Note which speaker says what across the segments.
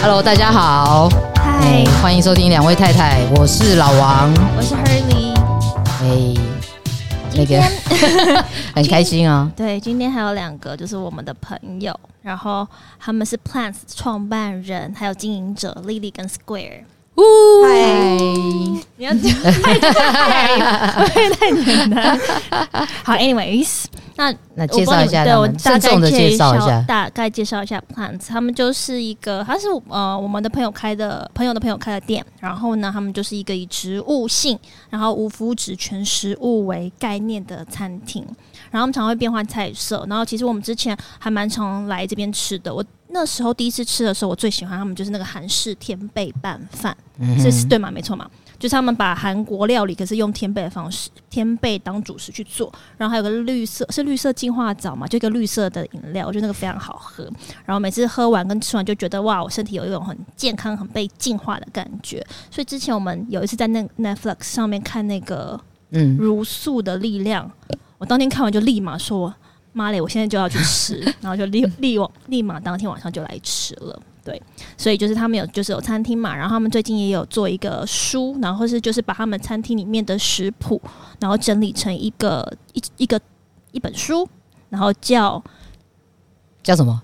Speaker 1: Hello，大家好，哎，
Speaker 2: 嗨
Speaker 1: 欢迎收听两位太太，我是老王，
Speaker 2: 我是 Hurley。
Speaker 1: 哎，那
Speaker 2: 今
Speaker 1: 个
Speaker 2: 天
Speaker 1: 很开心啊，
Speaker 2: 对，今天还有两个就是我们的朋友，然后他们是 Plants 创办人，还有经营者 Lily 跟 Square。
Speaker 1: 呜，
Speaker 3: 嗨
Speaker 2: 你要讲太太太太简单。好，anyways，那
Speaker 1: 那
Speaker 2: 我
Speaker 1: 介
Speaker 2: 帮
Speaker 1: 绍
Speaker 2: 你
Speaker 1: 一下
Speaker 2: 对
Speaker 1: 他
Speaker 2: 我
Speaker 1: 们，
Speaker 2: 大
Speaker 1: 慎
Speaker 2: 概
Speaker 1: 重的介绍一下，
Speaker 2: 大概介绍一下 Plants，他们就是一个，他是呃我们的朋友开的，朋友的朋友开的店，然后呢，他们就是一个以植物性，然后无麸质全食物为概念的餐厅，然后我们常会变换菜色，然后其实我们之前还蛮常来这边吃的，我。那时候第一次吃的时候，我最喜欢他们就是那个韩式天贝拌饭，
Speaker 1: 嗯
Speaker 2: 这是
Speaker 1: 哼
Speaker 2: 对吗？没错嘛，就是他们把韩国料理可是用天贝的方式，天贝当主食去做，然后还有个绿色是绿色净化藻嘛，就一个绿色的饮料，我觉得那个非常好喝。然后每次喝完跟吃完就觉得哇，我身体有一种很健康、很被净化的感觉。所以之前我们有一次在那 Netflix 上面看那个《
Speaker 1: 嗯，
Speaker 2: 如素的力量》，我当天看完就立马说。妈嘞！我现在就要去吃，然后就立立往立马当天晚上就来吃了。对，所以就是他们有就是有餐厅嘛，然后他们最近也有做一个书，然后是就是把他们餐厅里面的食谱，然后整理成一个一一个一本书，然后叫
Speaker 1: 叫什么？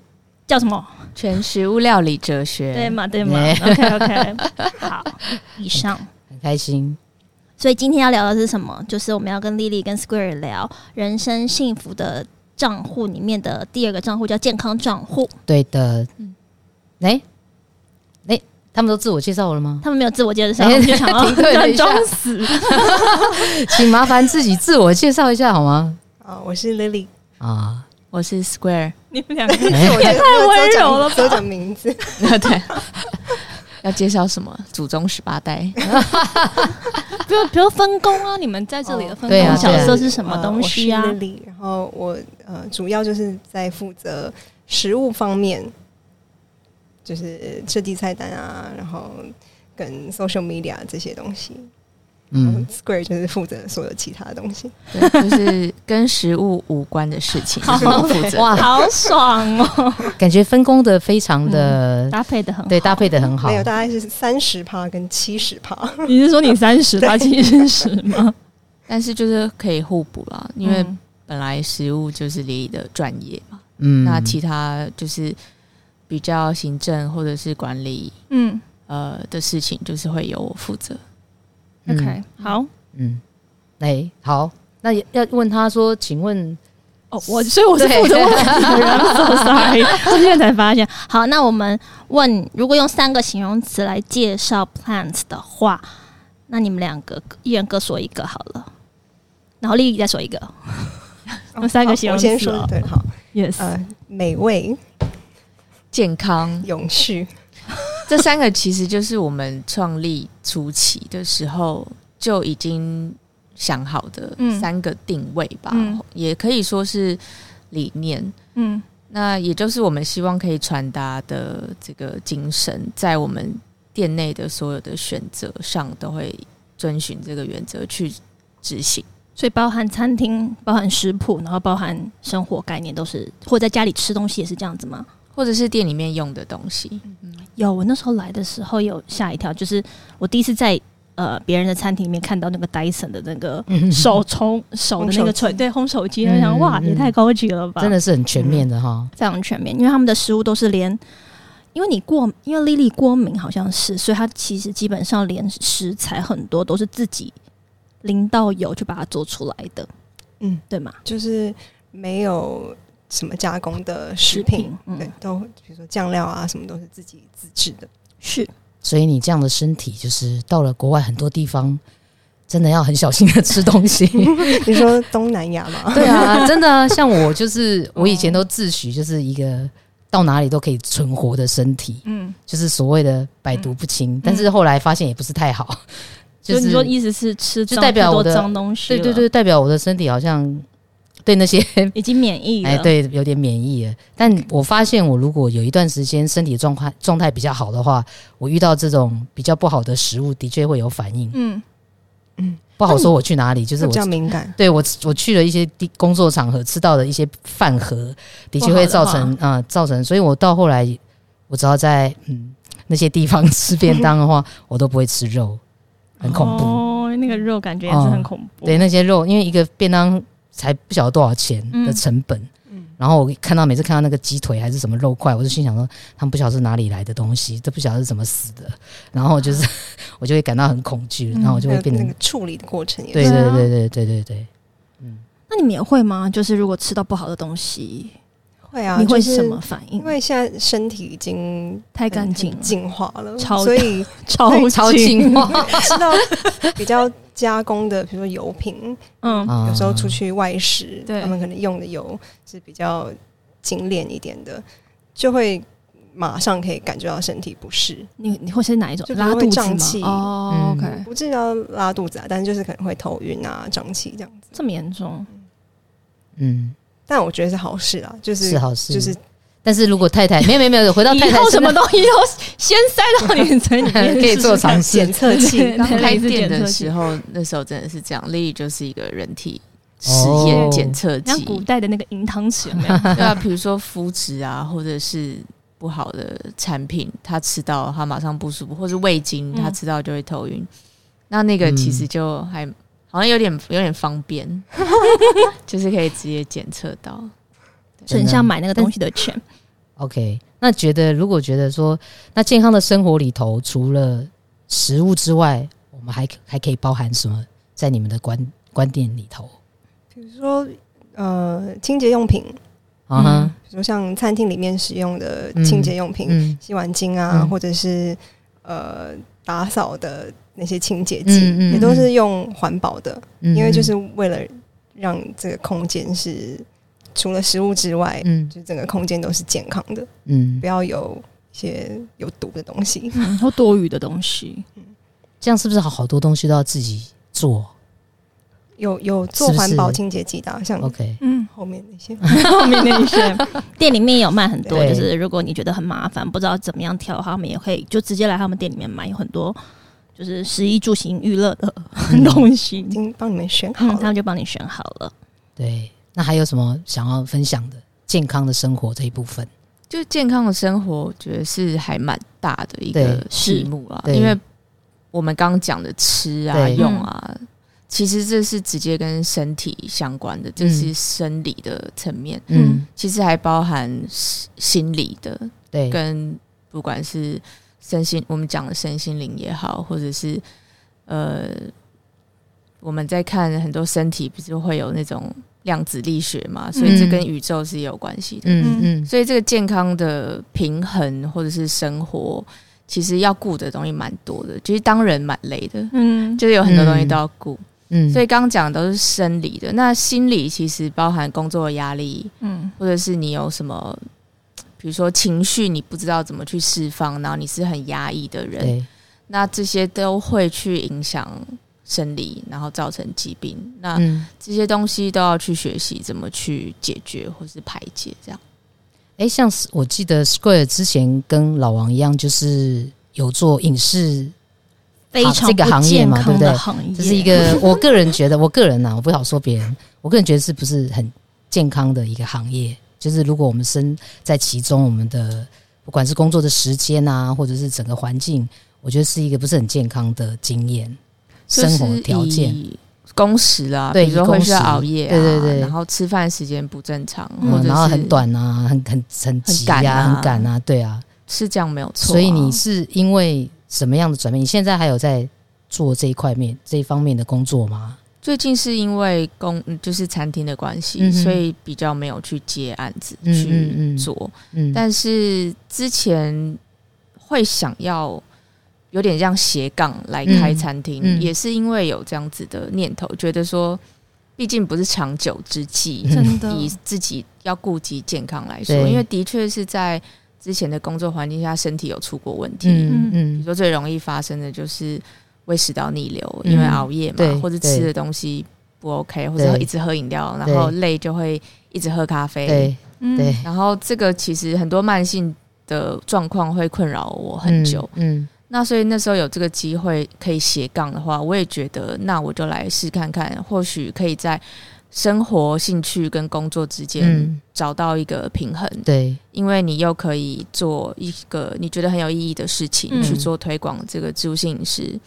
Speaker 2: 叫什么？
Speaker 3: 全食物料理哲学，
Speaker 2: 对嘛对嘛
Speaker 1: 对
Speaker 2: ？OK OK，好，以上。
Speaker 1: 很开心，
Speaker 2: 所以今天要聊的是什么？就是我们要跟 Lily 跟 Square 聊人生幸福的账户里面的第二个账户叫健康账户。
Speaker 1: 对的
Speaker 3: 嗯，
Speaker 1: 哎，哎，他们都自我介绍了吗？
Speaker 2: 他们没有自我介绍，
Speaker 1: 哎
Speaker 2: 我就想要
Speaker 1: 停顿了一下
Speaker 2: 装死。
Speaker 1: 请麻烦自己自我介绍一下好吗？
Speaker 3: 啊，我是 Lily，
Speaker 1: 啊，
Speaker 3: 我是 Square，
Speaker 2: 你们两个
Speaker 1: 哎
Speaker 3: 也
Speaker 2: 太温柔了吧
Speaker 3: 只有讲名字，对，要介绍什么？祖宗十八代，
Speaker 2: 比如比如分工啊，你们在这里的分
Speaker 1: 对啊
Speaker 2: 工角
Speaker 1: 对
Speaker 2: 色
Speaker 1: 啊
Speaker 2: 是什么东西啊
Speaker 4: 呃我？是 Lily，然后我呃主要就是在负责食物方面，就是设计菜单啊，然后跟 social media 这些东西。
Speaker 1: 嗯，
Speaker 4: s q u a r e 就是负责所有其他的东西。
Speaker 3: 对，就是跟食物无关的事情，是我负责。
Speaker 1: 哇
Speaker 2: 好爽哦，
Speaker 1: 感觉分工的非常的，
Speaker 3: 嗯
Speaker 2: 搭配的很好。
Speaker 1: 对，搭配的很好
Speaker 4: 没。有，大概是三十趴跟七十趴。
Speaker 2: 你是说你三十，他七十 吗？
Speaker 3: 但是就是可以互补啦，因为
Speaker 2: 嗯
Speaker 3: 本来食物就是 Lily 的专业嘛，
Speaker 1: 嗯
Speaker 3: 那其他就是比较行政或者是管理
Speaker 2: 嗯
Speaker 3: 呃的事情，就是会由我负责。
Speaker 1: 嗯
Speaker 2: ，OK，好。
Speaker 1: 嗯，哎、好，那也要问他说，请问
Speaker 2: 哦，我所以我是负责
Speaker 1: 对
Speaker 2: 问题的人 I'm，so sorry，我现在才发现。好，那我们问，如果用三个形容词来介绍 plants 的话，那你们两个一人各说一个好了，然后丽丽再说一 个。我们三个
Speaker 4: 好
Speaker 2: 形容
Speaker 4: 我
Speaker 2: 词
Speaker 4: 先说
Speaker 2: 哦
Speaker 4: 对，好，
Speaker 2: Yes，
Speaker 4: 呃，美味、
Speaker 3: 健康
Speaker 4: 永续，
Speaker 3: 这三个其实就是我们创立初期的时候就已经想好的
Speaker 2: 嗯
Speaker 3: 三个定位吧，
Speaker 2: 嗯
Speaker 3: 也可以说是理念。
Speaker 2: 嗯
Speaker 3: 那也就是我们希望可以传达的这个精神，在我们店内的所有的选择上都会遵循这个原则去执行。
Speaker 2: 所以包含餐厅、包含食谱，然后包含生活概念，都是或者在家里吃东西也是这样子吗？
Speaker 3: 或者是店里面用的东西，
Speaker 2: 有，我那时候来的时候有吓一跳，就是我第一次在呃别人的餐厅里面看到那个 Dyson 的那个
Speaker 1: 嗯
Speaker 2: 手冲手的那个
Speaker 4: 烘手
Speaker 2: 锤，
Speaker 4: 机
Speaker 2: 对，烘手机，
Speaker 1: 嗯
Speaker 2: 我想哇，
Speaker 1: 嗯
Speaker 2: 也太高级了吧，
Speaker 1: 真的是很全面的哈，
Speaker 2: 非常全面，因为他们的食物都是连。因为你过，因为丽丽过敏好像是，所以她其实基本上连食材很多都是自己零到有就把它做出来的，
Speaker 4: 嗯，
Speaker 2: 对吗？
Speaker 4: 就是没有什么加工的食
Speaker 2: 食
Speaker 4: 品，
Speaker 2: 品嗯
Speaker 4: 对，都比如说酱料啊，什么都是自己自制的。
Speaker 2: 是，
Speaker 1: 所以你这样的身体，就是到了国外很多地方，真的要很小心的吃东西。
Speaker 4: 你说东南亚 吗？
Speaker 1: 对啊，真的啊，像我就是我以前都自诩就是一个到哪里都可以存活的身体，
Speaker 2: 嗯，
Speaker 1: 就是所谓的百毒不侵。但是后来发现也不是太好，
Speaker 2: 就是你说意思是吃
Speaker 1: 就
Speaker 2: 脏
Speaker 1: 代表
Speaker 2: 太多
Speaker 1: 我的
Speaker 2: 脏东西，
Speaker 1: 对对，对，代表我的身体好像对那些
Speaker 2: 已经免疫了，
Speaker 1: 哎，对，有点免疫了。但我发现，我如果有一段时间身体状况状态比较好的话，我遇到这种比较不好的食物，的确会有反应。
Speaker 2: 嗯，
Speaker 1: 不好说我去哪里，就是
Speaker 4: 会
Speaker 1: 我
Speaker 4: 比较敏感。
Speaker 1: 对我我去了一些地工作场合吃到的一些
Speaker 2: 哦
Speaker 1: 饭盒，的确会造成啊、呃造成。所以我到后来，我只要在嗯那些地方吃便当的话，我都不会吃肉，很恐怖。哦
Speaker 2: 哦，那个肉感觉也是很恐怖。
Speaker 1: 对，，那些肉，因为一个便当才不晓得多少钱
Speaker 4: 嗯
Speaker 1: 的成本。然后我看到每次看到那个鸡腿还是什么肉块，我就心想说，他们不晓得是哪里来的东西，这不晓得是怎么死的。然后就是 我就会感到很恐惧，然后我就
Speaker 4: 啊
Speaker 1: 会
Speaker 4: 嗯还有
Speaker 1: 变
Speaker 4: 那
Speaker 1: 成
Speaker 4: 个处理的过程也
Speaker 1: 对
Speaker 4: 是
Speaker 1: 对
Speaker 2: 对啊
Speaker 1: 对对对对对。嗯
Speaker 2: 那你们也会吗？就是如果吃到不好的东西，
Speaker 4: 会啊，
Speaker 2: 你会
Speaker 4: 就是
Speaker 2: 什么反应
Speaker 4: 因？为现在身体已经
Speaker 2: 太
Speaker 4: 太
Speaker 2: 干净了，
Speaker 4: 进化了，
Speaker 2: 超
Speaker 4: 所以
Speaker 2: 超
Speaker 1: 超 进化，
Speaker 4: 吃到 比较加工的，比如说油品，
Speaker 2: 嗯，
Speaker 1: 啊
Speaker 4: 有时候出去外食，
Speaker 2: 对
Speaker 4: 他们可能用的油是比较精炼一点的，就会马上可以感觉到身体不适，
Speaker 2: 你你会是哪一种
Speaker 4: 就？比如
Speaker 2: 拉
Speaker 4: 会
Speaker 2: 肚子
Speaker 4: 胀
Speaker 2: 吗
Speaker 4: 气？
Speaker 3: 哦
Speaker 1: 嗯
Speaker 3: ，OK，
Speaker 4: 不至于要拉肚子啊，但是就是可能会头晕啊、胀气这样子。
Speaker 2: 这么严重？
Speaker 1: 嗯，
Speaker 4: 但我觉得是好事啊，就是
Speaker 1: 是好事。
Speaker 4: 就是
Speaker 1: 但是如果太太没有没有没有，回到太
Speaker 2: 以
Speaker 1: 太
Speaker 2: 后什
Speaker 1: 身
Speaker 2: 么
Speaker 1: 上
Speaker 2: 东西都先塞到你嘴里 面，
Speaker 1: 可以做尝
Speaker 4: 检
Speaker 1: 试，
Speaker 4: 测器，
Speaker 2: 对
Speaker 3: 刚开
Speaker 2: 类似
Speaker 3: 店
Speaker 2: 检测
Speaker 3: 的
Speaker 2: 器
Speaker 3: 时候，那时候真的是这样，丽就是一个人体实
Speaker 1: 哦
Speaker 3: 验检测
Speaker 2: 像
Speaker 3: 机，
Speaker 2: 古代的那个银汤匙有没有？
Speaker 3: 对啊，比如说肤质啊，或者是不好的产品，他吃到他马上不舒服，或是味精，
Speaker 2: 嗯
Speaker 3: 他吃到就会头晕。那那个其实就还好像有点有点方便，就是可以直接检测到。
Speaker 2: 省下买那个东西的钱。
Speaker 1: OK，那觉得如果觉得说，那健康的生活里头，除了食物之外，我们还可还可以包含什么？在你们的观观点里头
Speaker 4: 比如说呃清洁用品，
Speaker 1: 啊哈，
Speaker 4: 比如说像餐厅里面使用的
Speaker 1: 嗯
Speaker 4: 清洁用品，
Speaker 1: 嗯
Speaker 4: 洗碗巾啊，
Speaker 1: 嗯
Speaker 4: 或者是呃打扫的那些清洁剂，
Speaker 1: 嗯嗯
Speaker 4: 也都是用环保的，
Speaker 1: 嗯
Speaker 4: 因为就是为了让这个空间是除了食物之外，
Speaker 1: 嗯
Speaker 4: 就整个空间都是健康的，
Speaker 1: 嗯
Speaker 4: 不，要有一些有毒的东西。
Speaker 2: 然后多余的东西，
Speaker 1: 这样是不是好好多东西都要自己做
Speaker 4: 有有做
Speaker 1: 是不是
Speaker 4: 环保清洁剂的啊、像
Speaker 1: ？OK，
Speaker 2: 嗯，
Speaker 4: 后面 那些，
Speaker 2: 后面那一些店里面也有卖很多，
Speaker 1: 对
Speaker 2: 就是如果你觉得很麻烦，不知道怎么样挑的话，他们也可以就直接来他们店里面买，有很多就是食衣住行娱乐的 东西
Speaker 4: 已，经帮你们选好
Speaker 2: 嗯嗯，他
Speaker 4: 了。
Speaker 2: 们就帮你选好了。
Speaker 1: 对，那还有什么想要分享的健康的生活这一部分？
Speaker 3: 就健康的生活，我觉得是还蛮大的一个
Speaker 1: 对
Speaker 3: 题目啊，
Speaker 1: 对
Speaker 3: 因为我们刚刚讲的吃啊、
Speaker 1: 对
Speaker 3: 用啊，其实这是直接跟身体相关的，这是生理的层面，
Speaker 1: 嗯，
Speaker 3: 其实还包含心心理的，
Speaker 1: 对，
Speaker 3: 跟不管是身心，我们讲的身心灵也好，或者是呃，我们在看很多身体，不是会有那种量子力学嘛，所以这
Speaker 1: 嗯
Speaker 3: 跟宇宙是有关系的。
Speaker 1: 嗯嗯，
Speaker 3: 所以这个健康的平衡或者是生活，其实要顾的东西蛮多的。其实当人蛮累的，
Speaker 2: 嗯，
Speaker 3: 就是有很多东西都要顾。
Speaker 1: 嗯，
Speaker 3: 所以刚刚讲的都是生理的，那心理其实包含工作的压力，
Speaker 2: 嗯，
Speaker 3: 或者是你有什么，比如说情绪你不知道怎么去释放，然后你是很压抑的人，
Speaker 1: 对，
Speaker 3: 那这些都会去影响生理，然后造成疾病。那
Speaker 1: 嗯，
Speaker 3: 这些东西都要去学习怎么去解决或是排解，这样。
Speaker 1: 哎，像是我记得 Square 之前跟老王一样，就是有做影视
Speaker 2: 非常
Speaker 1: 这个行业嘛
Speaker 2: 不健
Speaker 1: 对
Speaker 2: 康
Speaker 1: 不
Speaker 2: 的
Speaker 1: 对
Speaker 2: 行业，
Speaker 1: 这是一个 我个人觉得，我个人呐、啊我不好说别人，我个人觉得是不是很健康的一个行业？就是如果我们身在其中，我们的不管是工作的时间啊，或者是整个环境，我觉得是一个不是很健康的经验、
Speaker 3: 就是
Speaker 1: 生活条件。
Speaker 3: 以工时啦，
Speaker 1: 对
Speaker 3: 比如说会需
Speaker 1: 以
Speaker 3: 要
Speaker 1: 工时
Speaker 3: 熬夜、啊，
Speaker 1: 对对对
Speaker 3: 然后吃饭时间不正常，
Speaker 2: 嗯
Speaker 3: 或者
Speaker 1: 嗯，
Speaker 3: 是
Speaker 1: 然后很，短啊，很很很急
Speaker 3: 赶
Speaker 1: 呀、
Speaker 3: 啊
Speaker 1: 很赶啊，对啊。
Speaker 3: 是这样没有错啊、
Speaker 1: 所以你是因为什么样的转变？你现在还有在做这一块面这一方面的工作吗？
Speaker 3: 最近是因为工嗯就是餐厅的关系，
Speaker 1: 嗯哼
Speaker 3: 所以比较没有去接案子
Speaker 1: 嗯嗯
Speaker 3: 去
Speaker 1: 嗯
Speaker 3: 做，
Speaker 1: 嗯，
Speaker 3: 但是之前会想要。有点像斜杠来开餐厅，
Speaker 1: 嗯嗯
Speaker 3: 也是因为有这样子的念头，觉得说，毕竟不是长久之计，
Speaker 2: 真的
Speaker 3: 以自己要顾及健康来说，
Speaker 1: 嗯对
Speaker 3: 因为的确是在之前的工作环境下，身体有出过问题。
Speaker 1: 嗯
Speaker 3: 比如
Speaker 1: 嗯
Speaker 3: 说最容易发生的就是胃食道逆流，
Speaker 1: 嗯
Speaker 3: 因为熬夜嘛
Speaker 1: 对，
Speaker 3: 或者吃的东西不 OK，或
Speaker 1: 对
Speaker 3: 者一直喝饮料，然后累就会一直喝咖啡。
Speaker 1: 对
Speaker 2: 嗯
Speaker 1: 对，
Speaker 3: 然后这个其实很多慢性的状况会困扰我很久。
Speaker 1: 嗯，
Speaker 3: 那所以那时候有这个机会可以斜杠的话，我也觉得那我就来试看看，或许可以在生活、兴趣跟工作之间
Speaker 1: 嗯，
Speaker 3: 找到一个平衡，
Speaker 1: 对，
Speaker 3: 因为你又可以做一个你觉得很有意义的事情，
Speaker 2: 嗯
Speaker 3: 去做推广这个植物性饮食。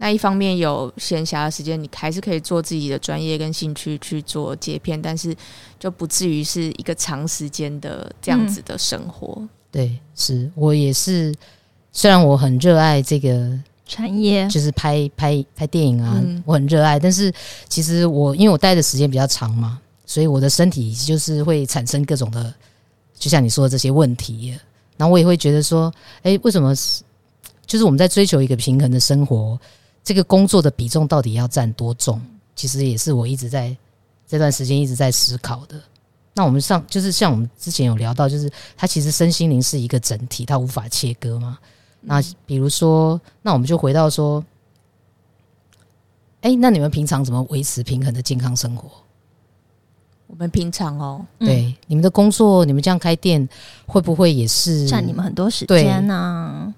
Speaker 3: 那一方面有闲暇的时间，你还是可以做自己的专业跟兴趣去做接片，但是就不至于是一个长时间的这样子的生活。
Speaker 1: 对，是我也是。虽然我很热爱这个，
Speaker 2: 产业，
Speaker 1: 就是拍拍拍电影啊，
Speaker 3: 嗯
Speaker 1: 我很热爱。但是其实我因为我待的时间比较长嘛，所以我的身体就是会产生各种的，就像你说的这些问题。然后我也会觉得说，哎、为什么是就是我们在追求一个平衡的生活，这个工作的比重到底要占多重？其实也是我一直在这段时间一直在思考的。那我们上就是像我们之前有聊到，就是它其实身心灵是一个整体，它无法切割嘛。那比如说，那我们就回到说，哎、那你们平常怎么维持平衡的健康生活？
Speaker 3: 我们平常哦，
Speaker 2: 嗯
Speaker 1: 对，你们的工作，你们这样开店，会不会也是
Speaker 2: 占你们很多时间啊呐、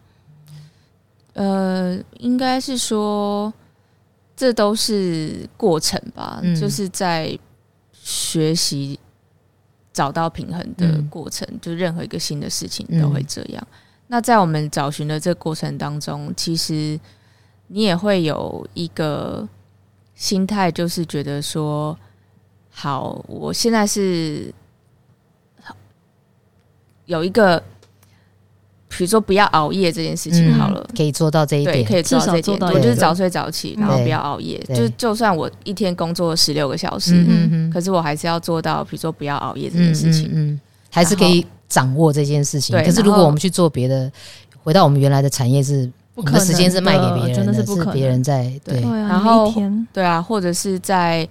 Speaker 3: 呃，应该是说这都是过程吧，
Speaker 1: 嗯
Speaker 3: 就是在学习找到平衡的
Speaker 1: 嗯
Speaker 3: 过程，就任何一个新的事情
Speaker 1: 嗯
Speaker 3: 都会这样。那在我们找寻的这个过程当中，其实你也会有一个心态，就是觉得说，好，我现在是有一个。比如说，不要熬夜这件事情
Speaker 1: 嗯
Speaker 3: 好了，
Speaker 1: 可以做到这一
Speaker 3: 对，
Speaker 1: 点？
Speaker 3: 可以做到这一点，
Speaker 2: 至少做到
Speaker 3: 我就
Speaker 1: 一
Speaker 3: 是
Speaker 1: 个
Speaker 3: 早睡早起，
Speaker 2: 嗯
Speaker 3: 然后不要熬夜。
Speaker 1: 对
Speaker 3: 就就算我一天工作十六个小时，
Speaker 1: 嗯嗯
Speaker 3: 可是我还是要做到，比如说不要熬夜这件事情。
Speaker 1: 嗯嗯，还是可以掌握这件事情。
Speaker 3: 对
Speaker 1: 可是如
Speaker 3: 然
Speaker 1: 果
Speaker 3: 后
Speaker 1: 我们去做别的，回到我们原来的产业是，
Speaker 2: 不
Speaker 1: 我
Speaker 2: 可
Speaker 1: 们
Speaker 2: 能
Speaker 1: 的
Speaker 2: 的
Speaker 1: 时间是卖给别人
Speaker 2: 真的是不可
Speaker 1: 是
Speaker 2: 能
Speaker 1: 别人在对
Speaker 3: 对
Speaker 2: 对啊，
Speaker 3: 然后
Speaker 2: 你一天
Speaker 3: 对啊，或者是在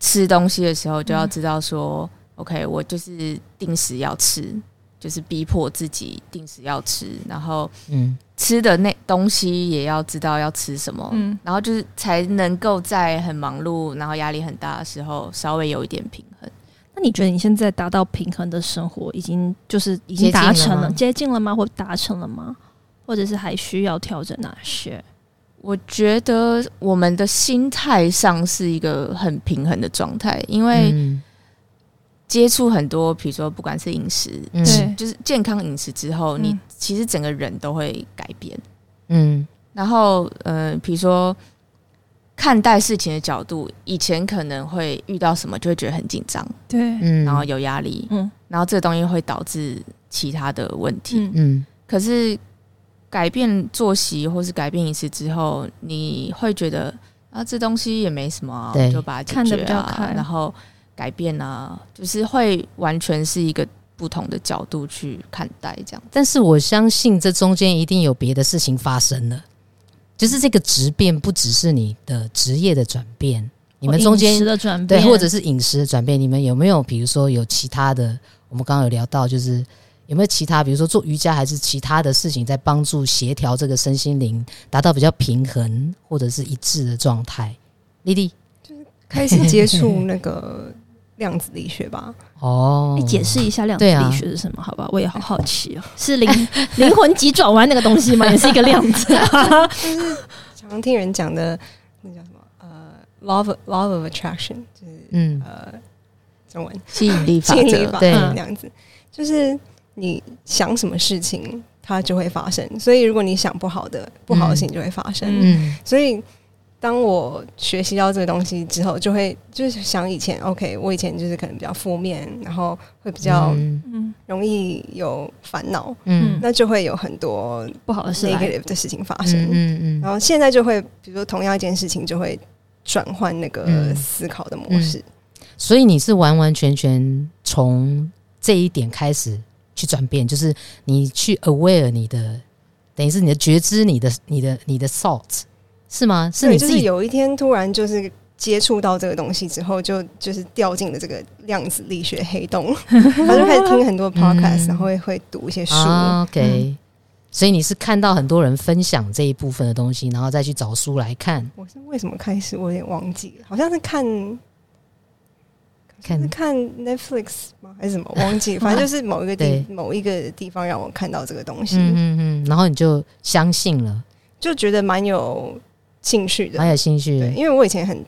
Speaker 3: 吃东西的时候就要
Speaker 2: 嗯
Speaker 3: 知道说、o k 我就是定时要吃，就是逼迫自己定时要吃，然后
Speaker 1: 嗯
Speaker 3: 吃的那东西也要知道要吃什么。
Speaker 2: 嗯
Speaker 3: 然后就是才能够在很忙碌，然后压力很大的时候，稍微有一点平衡。
Speaker 2: 那你觉得你现在达到平衡的生活，已经就是已经达成了，接近了吗？或达成了吗？或者是还需要调整哪些？
Speaker 3: 我觉得我们的心态上是一个很平衡的状态，因为
Speaker 1: 嗯
Speaker 3: 接触很多，比如说不管是饮食，
Speaker 1: 嗯
Speaker 2: 对
Speaker 3: 就是健康饮食之后，
Speaker 2: 嗯
Speaker 3: 你其实整个人都会改变。
Speaker 1: 嗯
Speaker 3: 然后，呃，比如说看待事情的角度，以前可能会遇到什么就会觉得很紧张，
Speaker 2: 对，
Speaker 1: 嗯，
Speaker 3: 然后有压力，
Speaker 2: 嗯
Speaker 3: 然后这个东西会导致其他的问题。
Speaker 2: 嗯
Speaker 1: 嗯
Speaker 3: 可是改变作息或是改变饮食之后，你会觉得啊，这东西也没什么、啊，
Speaker 1: 对
Speaker 3: 就把它解决、啊、
Speaker 2: 看得比较开
Speaker 3: 然后改变啊，就是会完全是一个不同的角度去看待这样。
Speaker 1: 但是我相信这中间一定有别的事情发生了，就是这个质变不只是你的职业的转变，你们中
Speaker 2: 哦饮食
Speaker 1: 间
Speaker 2: 的转
Speaker 1: 对，
Speaker 2: 变，
Speaker 1: 或者是饮食的转变，你们有没有比如说有其他的？我们刚刚有聊到，就是有没有其他，比如说做瑜伽还是其他的事情，在帮助协调这个身心灵，达到比较平衡或者是一致的状态？丽丽，
Speaker 4: 开始接触那个量子力学 吧。
Speaker 1: 哦
Speaker 2: 你，哎解释一下量子
Speaker 1: 对啊
Speaker 2: 力学是什么？好吧，我也好好奇哦，是灵 灵魂急转弯那个东西吗？也是一个量子啊，
Speaker 4: 常听人讲的那叫什么呃，law of law of attraction，就是
Speaker 1: 嗯，
Speaker 4: 呃中文
Speaker 3: 吸引力法
Speaker 4: 吸引力
Speaker 3: 则
Speaker 4: 法，
Speaker 1: 对
Speaker 4: 那样子，就是你想什么事情，它就会发生。所以如果你想不好的，不好的事情就会发生。
Speaker 1: 嗯
Speaker 4: 所以当我学习到这个东西之后，就会就是想以前 OK，我以前就是可能比较负面，然后会比较
Speaker 1: 嗯
Speaker 2: 嗯，
Speaker 4: 容易有烦恼，
Speaker 1: 嗯
Speaker 4: 那就会有很多
Speaker 2: 不好的事来，
Speaker 4: negative 的事情发生。
Speaker 1: 嗯嗯
Speaker 4: 然
Speaker 1: 嗯，
Speaker 4: 后现在就会，比如说同样一件事情，就会转换那个
Speaker 1: 嗯
Speaker 4: 思考的模式。
Speaker 1: 所以你是完完全全从这一点开始去转变，就是你去 aware 你的，等于是你的觉知你的你的你的 thought 是吗？是
Speaker 4: 所以
Speaker 1: 你
Speaker 4: 就
Speaker 1: 自
Speaker 4: 是
Speaker 1: 己
Speaker 4: 有一天突然就是接触到这个东西之后，就就是掉进了这个量子力学 黑洞，然后就开始听很多
Speaker 1: 嗯
Speaker 4: podcast，、然后会会读一嗯些书。
Speaker 1: 啊 OK，、所以你是看到很多人分享这一部分的东西，然后再去找书来看。
Speaker 4: 我是为什么开始？我有点忘记了，好像是看
Speaker 1: 看
Speaker 4: 是看 Netflix 吗？还是什么？忘记，反正就是某一个地
Speaker 1: 对
Speaker 4: 某一个地方让我看到这个东西，
Speaker 1: 嗯嗯嗯，然后你就相信了，
Speaker 4: 就觉得蛮有兴趣的
Speaker 1: 蛮。有兴趣
Speaker 4: 对，
Speaker 1: 的。
Speaker 4: 因为我以前很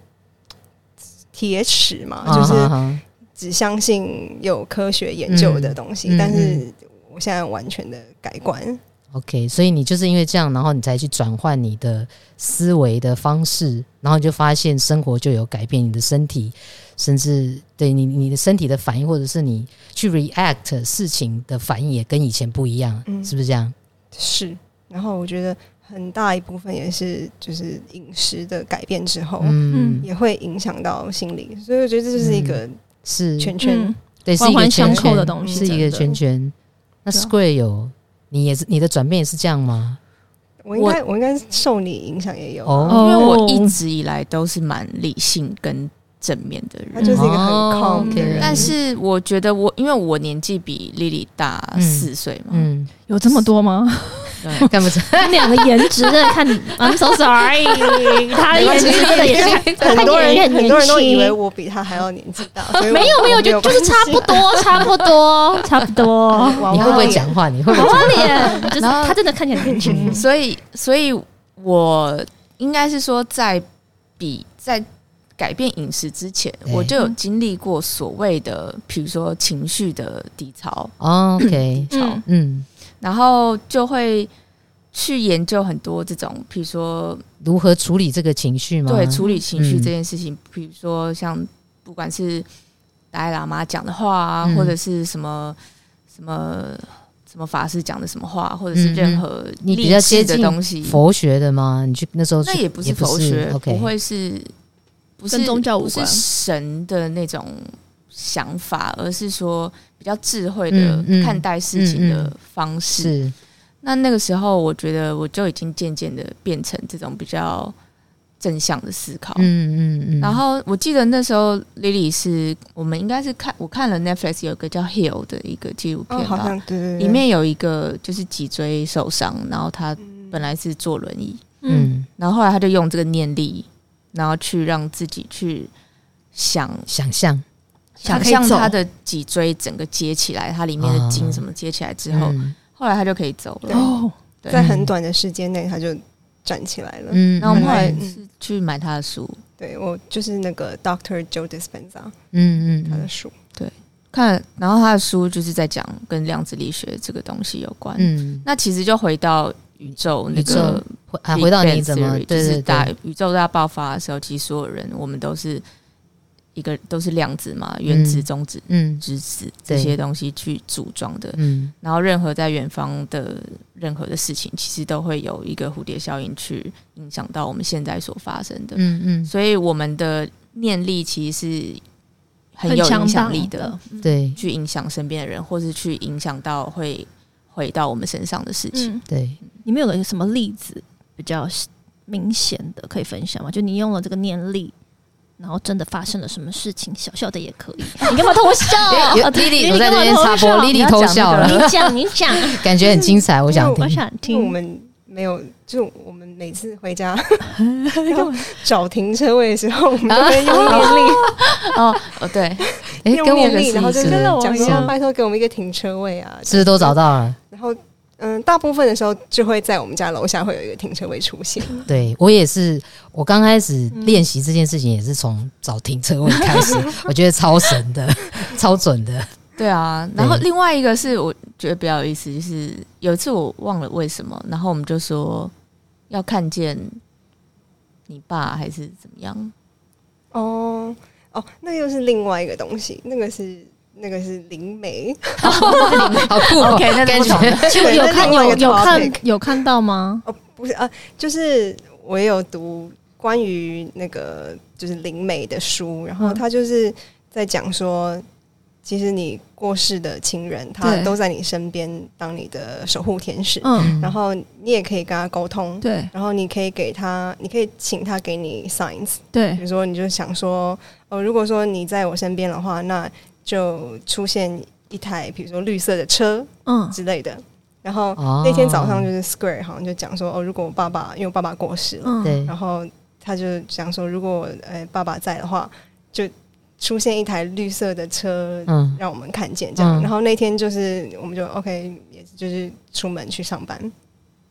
Speaker 4: 铁齿嘛，
Speaker 1: 啊
Speaker 4: 就是
Speaker 1: 哈哈
Speaker 4: 只相信有科学研究的东西，
Speaker 1: 嗯嗯
Speaker 4: 但是我现在完全的改观。
Speaker 1: OK，所以你就是因为这样，然后你才去转换你的思维的方式，然后你就发现生活就有改变，你的身体，甚至对你你的身体的反应，或者是你去 react 事情的反应也跟以前不一样，
Speaker 4: 嗯
Speaker 1: 是不是这样？
Speaker 4: 是，然后我觉得很大一部分也是就是饮食的改变之后，
Speaker 1: 嗯，
Speaker 4: 也会影响到心理，所以我觉得这就是一个
Speaker 1: 是，
Speaker 4: 圈圈。
Speaker 2: 嗯
Speaker 1: 对，是
Speaker 2: 环
Speaker 1: 一个
Speaker 2: 环相
Speaker 1: 圈
Speaker 2: 扣
Speaker 1: 圈
Speaker 2: 的东西
Speaker 1: 是一
Speaker 2: 真
Speaker 1: 个
Speaker 2: 的
Speaker 1: 圈圈。那
Speaker 2: 对啊
Speaker 1: Square 有你也是你的转变也是这样吗？
Speaker 4: 我应该我应该受你影响也有
Speaker 2: 嗯
Speaker 4: 啊，
Speaker 1: 哦
Speaker 3: 因为我一直以来都是蛮理性跟正面的
Speaker 4: 他
Speaker 3: 人，
Speaker 4: 就是一个很
Speaker 1: 哦
Speaker 4: calm 的
Speaker 1: OK
Speaker 4: 人，
Speaker 3: 但是我觉得我因为我年纪比莉莉大
Speaker 1: 嗯
Speaker 3: 四岁嘛，
Speaker 1: 嗯，
Speaker 2: 有这么多吗？
Speaker 3: 对
Speaker 1: 干不成。
Speaker 2: 他们两个颜值真的看，I'm so sorry，他的颜值真的也是看
Speaker 4: 很多
Speaker 2: 看起来也
Speaker 4: 人
Speaker 2: 很
Speaker 4: 很多人都以为
Speaker 2: 年轻
Speaker 4: 我比他还要年纪大，所以我
Speaker 2: 没有没有，
Speaker 4: 我
Speaker 2: 就就是
Speaker 4: 关系
Speaker 2: 差不多，差不多， 差不多。啊
Speaker 4: 哇
Speaker 1: 你会不会讲话？你会不会讲？
Speaker 2: 花脸，就是
Speaker 3: 然后
Speaker 2: 他真的看起来很年轻。
Speaker 3: 所以所以我应该是说在比在。改变饮食之前，
Speaker 1: 对
Speaker 3: 我就有经历过所谓的，比如说情绪的低潮，
Speaker 1: 哦 OK，
Speaker 2: 嗯，
Speaker 1: 嗯，
Speaker 3: 然后就会去研究很多这种，比如说
Speaker 1: 如何处理这个情绪吗？
Speaker 3: 对处理情绪
Speaker 1: 嗯
Speaker 3: 这件事情，比、如说像不管是达赖喇嘛讲的话啊，
Speaker 1: 嗯
Speaker 3: 或者是什么什么什么法师讲的什么话，或者是任何
Speaker 1: 嗯你比
Speaker 3: 励
Speaker 1: 较
Speaker 3: 志
Speaker 1: 接
Speaker 3: 的
Speaker 1: 近
Speaker 3: 东西，
Speaker 1: 佛学的吗？你去那时候
Speaker 3: 那
Speaker 1: 去
Speaker 3: 也不是佛学，
Speaker 1: OK，
Speaker 3: 不会是不是
Speaker 2: 跟宗教无
Speaker 3: 不是
Speaker 2: 关
Speaker 3: 神的那种想法，而是说比较智慧
Speaker 1: 嗯
Speaker 3: 的
Speaker 1: 嗯
Speaker 3: 看待事情
Speaker 1: 嗯
Speaker 3: 的
Speaker 1: 嗯
Speaker 3: 方式。
Speaker 1: 是
Speaker 3: 那那个时候，我觉得我就已经渐渐的变成这种比较正向的思考。
Speaker 1: 嗯嗯嗯，
Speaker 3: 哦然后我记得那时候 Lily 是我们应该是看我看了 Netflix 有一个叫 Heal 的一个纪录
Speaker 4: 哦，
Speaker 3: 片
Speaker 4: 好
Speaker 3: 吧，
Speaker 4: 像对对对，
Speaker 3: 里面有一个就是脊椎受伤，然后他
Speaker 4: 嗯
Speaker 3: 本来是坐轮椅，
Speaker 2: 嗯，
Speaker 3: 然后后来他就用这个念力，然后去让自己去想
Speaker 1: 想象
Speaker 3: 想
Speaker 2: 可以
Speaker 3: 象
Speaker 2: 走
Speaker 3: 他的脊椎整个接起来，它里面的筋什么接起来之后，
Speaker 1: 嗯
Speaker 3: 后来他就可以走了。
Speaker 2: 哦，
Speaker 3: 对
Speaker 4: 在很短的时间内他就站起来了。
Speaker 1: 嗯，
Speaker 3: 然后我们后来
Speaker 1: 嗯
Speaker 3: 是去买他的书，
Speaker 4: 对我就是那个 Doctor Joe Dispenza
Speaker 1: 嗯
Speaker 4: 他的
Speaker 1: 嗯
Speaker 4: 书，
Speaker 3: 看，然后他的书就是在讲跟量子力学这个东西有关。
Speaker 1: 嗯，
Speaker 3: 那其实就回到宇宙那
Speaker 1: 宇
Speaker 3: 个
Speaker 1: 回啊回到
Speaker 3: Big
Speaker 1: 你
Speaker 3: Bang
Speaker 1: 怎么
Speaker 3: Theory，就
Speaker 1: 对
Speaker 3: 是
Speaker 1: 对
Speaker 3: 大
Speaker 1: 对，
Speaker 3: 宇宙大爆发的时候，其实所有人我们都是一个都是量子嘛，原子、
Speaker 1: 嗯
Speaker 3: 中子、
Speaker 1: 嗯
Speaker 3: 质子
Speaker 1: 对
Speaker 3: 这些东西去组装的。
Speaker 1: 嗯
Speaker 3: 然后任何在远方的任何的事情，其实都会有一个蝴蝶效应去影响到我们现在所发生的。
Speaker 1: 嗯
Speaker 3: 所以我们的念力其实是很有
Speaker 2: 强
Speaker 3: 影响
Speaker 2: 大
Speaker 3: 力的。
Speaker 2: 的，
Speaker 1: 嗯，对
Speaker 3: 去影响身边的人，或是去影响到会回到我们身上的事情。
Speaker 2: 嗯，
Speaker 1: 对，
Speaker 2: 你们有个什么例子比较明显的可以分享吗？就你用了这个念力，然后真的发生了什么事情，小小的也可以。你干嘛偷笑？
Speaker 3: 哦
Speaker 1: 莉莉
Speaker 2: 你
Speaker 1: 我在这边插播，莉莉偷笑
Speaker 3: 你
Speaker 1: 了，
Speaker 2: 你讲，你讲，
Speaker 1: 感觉很精彩，我想
Speaker 2: 我
Speaker 1: 听。
Speaker 2: 想
Speaker 4: 因为我
Speaker 2: 听。
Speaker 4: 们没有，就我们每次 回家要找停车位的时候，我们都会用念力，
Speaker 3: 哦 哦，对，
Speaker 1: 啊哎，
Speaker 4: 用
Speaker 1: 跟我
Speaker 4: 念
Speaker 1: 是
Speaker 4: 力，然后就跟
Speaker 1: 是哦
Speaker 4: 讲
Speaker 2: 一
Speaker 4: 说
Speaker 2: 样
Speaker 4: 拜托给我们一个停车位啊，
Speaker 1: 嗯是不是都找到了？
Speaker 4: 然后。嗯，大部分的时候就会在我们家楼下会有一个停车位出现，
Speaker 3: 嗯
Speaker 1: 对我也是，我刚开始练习这件事情也是从找停车位开 始，我觉得超神的，超准的。
Speaker 3: 对啊。然后另外一个是我觉得比较有意思，就是有一次我忘了为什么，然后我们就说要看见你爸还是怎么样，
Speaker 4: 哦哦，那又是另外一个东西，那个是那个是灵媒，
Speaker 1: 好酷、哦
Speaker 3: OK，那是
Speaker 1: 感
Speaker 3: 不同的
Speaker 1: 觉
Speaker 2: 就
Speaker 4: 对
Speaker 2: 有
Speaker 4: 那
Speaker 2: 看
Speaker 4: 另外一
Speaker 2: 有
Speaker 4: 个
Speaker 2: 有
Speaker 4: topic
Speaker 2: 看有看到吗？
Speaker 4: 哦，不是啊，就是我也有读关于那个就是灵媒的书，然后
Speaker 2: 嗯
Speaker 4: 他就是在讲说，其实你过世的亲人，他
Speaker 3: 对
Speaker 4: 都在你身边当你的守护天使，
Speaker 2: 嗯，
Speaker 4: 然后你也可以跟他沟通，
Speaker 2: 对
Speaker 4: 然后你可以给他，你可以请他给你 signs，比
Speaker 2: 对
Speaker 4: 如说你就想说，哦，如果说你在我身边的话，那就出现一台比如说绿色的车，
Speaker 2: 嗯
Speaker 4: 之类的。然后
Speaker 1: 哦
Speaker 4: 那天早上就是 Square 好像就讲说，哦，如果我爸爸，因为我爸爸过世了，
Speaker 2: 嗯，
Speaker 1: 对
Speaker 4: 然后他就讲说，如果呃爸爸在的话，就出现一台绿色的车
Speaker 1: 嗯
Speaker 4: 让我们看见这样。
Speaker 1: 嗯
Speaker 4: 然后那天就是我们就 OK，也就是出门去上班，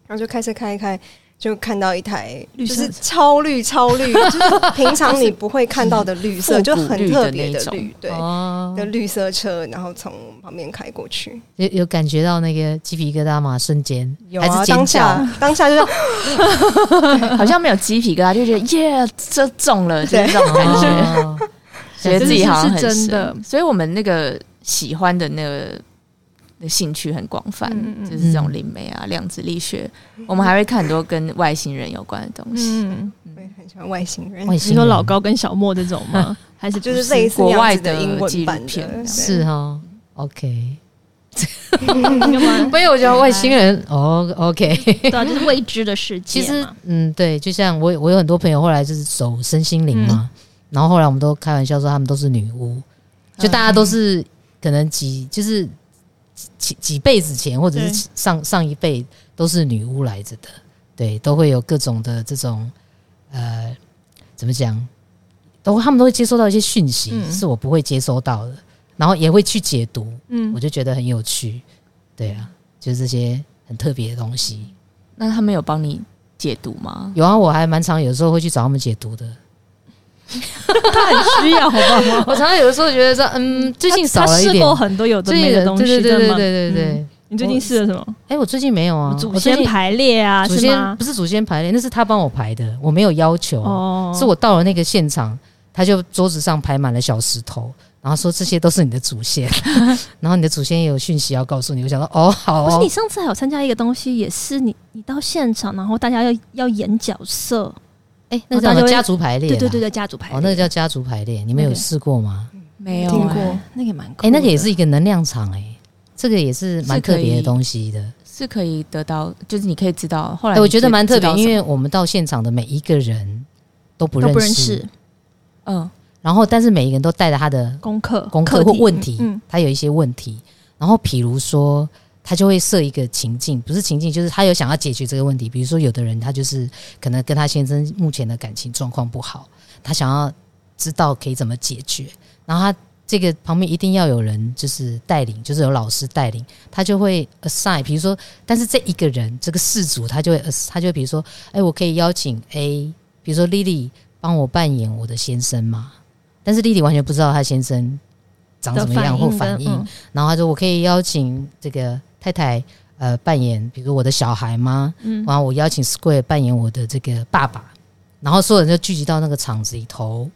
Speaker 4: 然后就开车开一开，就看到一台
Speaker 3: 绿
Speaker 4: 就
Speaker 3: 色
Speaker 4: 是超绿 超绿，就是平常你不会看到的绿色，就很特别的
Speaker 3: 复古绿
Speaker 4: 绿，对
Speaker 1: 哦
Speaker 4: 的绿色车，然后从我们旁边开过去，
Speaker 1: 有有感觉到那个鸡皮疙瘩吗？瞬间
Speaker 4: 有
Speaker 1: 还
Speaker 4: 啊，
Speaker 1: 是尖叫
Speaker 4: 当下？当下就是
Speaker 3: 好像没有鸡皮疙瘩，就觉得耶，这中了，就 是这种感觉，
Speaker 1: 哦
Speaker 3: 觉得自己好像很
Speaker 2: 这是
Speaker 3: 神
Speaker 2: 真的
Speaker 3: 所以我们那个喜欢的那个的兴趣很广泛，
Speaker 2: 嗯嗯嗯
Speaker 3: 就是这种灵媒啊、量子力学，我们还会看很多跟外星人有关的东西。
Speaker 2: 嗯，
Speaker 4: 我也很喜欢外星人，
Speaker 1: 外
Speaker 2: 你
Speaker 1: 星
Speaker 2: 说
Speaker 1: 人
Speaker 2: 老高跟小莫这种吗？还是不
Speaker 4: 就是类似
Speaker 3: 国
Speaker 4: 那样
Speaker 3: 外
Speaker 4: 子
Speaker 3: 的
Speaker 4: 英文
Speaker 3: 纪录
Speaker 4: 版
Speaker 3: 片
Speaker 4: 的，
Speaker 1: 是哦 o k
Speaker 2: 干嘛？
Speaker 1: 没有，我觉得外星人哦，OK，
Speaker 2: 对啊，就是未知的世界
Speaker 1: 其实
Speaker 2: 嘛。
Speaker 1: 嗯，对，就像我我有很多朋友后来就是走身心灵嘛，
Speaker 2: 嗯
Speaker 1: 然后后来我们都开玩笑说他们都是女巫，就大家都是可能几就是几几几辈子前或者
Speaker 2: 对
Speaker 1: 是上上一辈都是女巫来着的，对，都会有各种的这种呃，怎么讲，都他们都会接收到一些讯息，
Speaker 2: 嗯
Speaker 1: 是我不会接收到的，然后也会去解读，我
Speaker 2: 嗯，
Speaker 1: 就觉得很有趣，对啊，就是这些很特别的东西。
Speaker 3: 那他们有帮你解读吗？
Speaker 1: 有啊，我还蛮常有时候会去找他们解读的。
Speaker 2: 需要好不好？
Speaker 1: 我常常有的时候觉得说，嗯，最近少
Speaker 2: 他
Speaker 1: 了一
Speaker 2: 试
Speaker 1: 点
Speaker 2: 过，很多有的
Speaker 1: 最
Speaker 2: 没
Speaker 1: 近
Speaker 2: 的东西，
Speaker 1: 对对对
Speaker 2: 真
Speaker 1: 对
Speaker 2: 的吗
Speaker 1: 对对对。
Speaker 2: 嗯你最近试了什么？
Speaker 1: 哎、我最近没有啊，
Speaker 2: 祖
Speaker 1: 我最
Speaker 2: 先
Speaker 1: 近
Speaker 2: 排列啊，
Speaker 1: 祖
Speaker 2: 是
Speaker 1: 先
Speaker 2: 吗？
Speaker 1: 不是祖先排列，那是他帮我排的，我没有要求，
Speaker 2: 哦，
Speaker 1: 是我到了那个现场，他就桌子上排满了小石头。然后说这些都是你的祖 先，然后你的祖先也有讯息要告诉你。我想说，哦，好
Speaker 2: 不是
Speaker 1: 哦
Speaker 2: 你，上次还有参加一个东西，也是你你到现场，然后大家要要演角色，哦
Speaker 1: 哎，那个叫什
Speaker 2: 我大
Speaker 1: 么
Speaker 2: 家
Speaker 1: 家族排列，
Speaker 2: 对对对，对，家族排列，
Speaker 1: 哦，那个叫家族排列，你们有
Speaker 2: 那个
Speaker 1: 试过吗？
Speaker 3: 没
Speaker 2: 啊
Speaker 3: 有、
Speaker 4: 听过
Speaker 3: 哎
Speaker 2: 那个也蛮酷
Speaker 1: 哎、那个也
Speaker 2: 的
Speaker 1: 是一个能量场、哎，这个也是蛮
Speaker 3: 是可
Speaker 1: 特别的
Speaker 3: 以
Speaker 1: 东西的。
Speaker 3: 是可以得到，就是你可以知道。后
Speaker 1: 哎、
Speaker 3: 来你
Speaker 1: 我觉得蛮特别
Speaker 3: 知道，什
Speaker 1: 因
Speaker 3: 么
Speaker 1: 为我们到现场的每一个人都不认识，
Speaker 2: 都不认识
Speaker 3: 嗯，
Speaker 1: 然后但是每一个人都带着他的
Speaker 2: 功课
Speaker 1: 功课
Speaker 2: 课
Speaker 1: 或
Speaker 2: 题
Speaker 1: 问题，
Speaker 2: 嗯，
Speaker 1: 他有一些问题，然后比如说。他就会设一个情境，不是情境，就是他有想要解决这个问题。比如说，有的人他就是可能跟他先生目前的感情状况不好，他想要知道可以怎么解决，然后他这个旁边一定要有人就是带领，就是有老师带领，他就会 assign，比如说，但是这一个人这个事主他就会 ass- 他就会比如说，哎，我可以邀请 A，比如说 Lily 帮我扮演我的先生嘛，但是 Lily 完全不知道她先生长
Speaker 2: 的
Speaker 1: 什么样或
Speaker 2: 跟
Speaker 1: 反应，
Speaker 2: 嗯
Speaker 1: 然后他说我可以邀请这个太太呃扮演，比如我的小孩吗？
Speaker 2: 嗯
Speaker 1: 然后我邀请 Square 扮演我的这个爸爸，然后所有人就聚集到那个场子里头。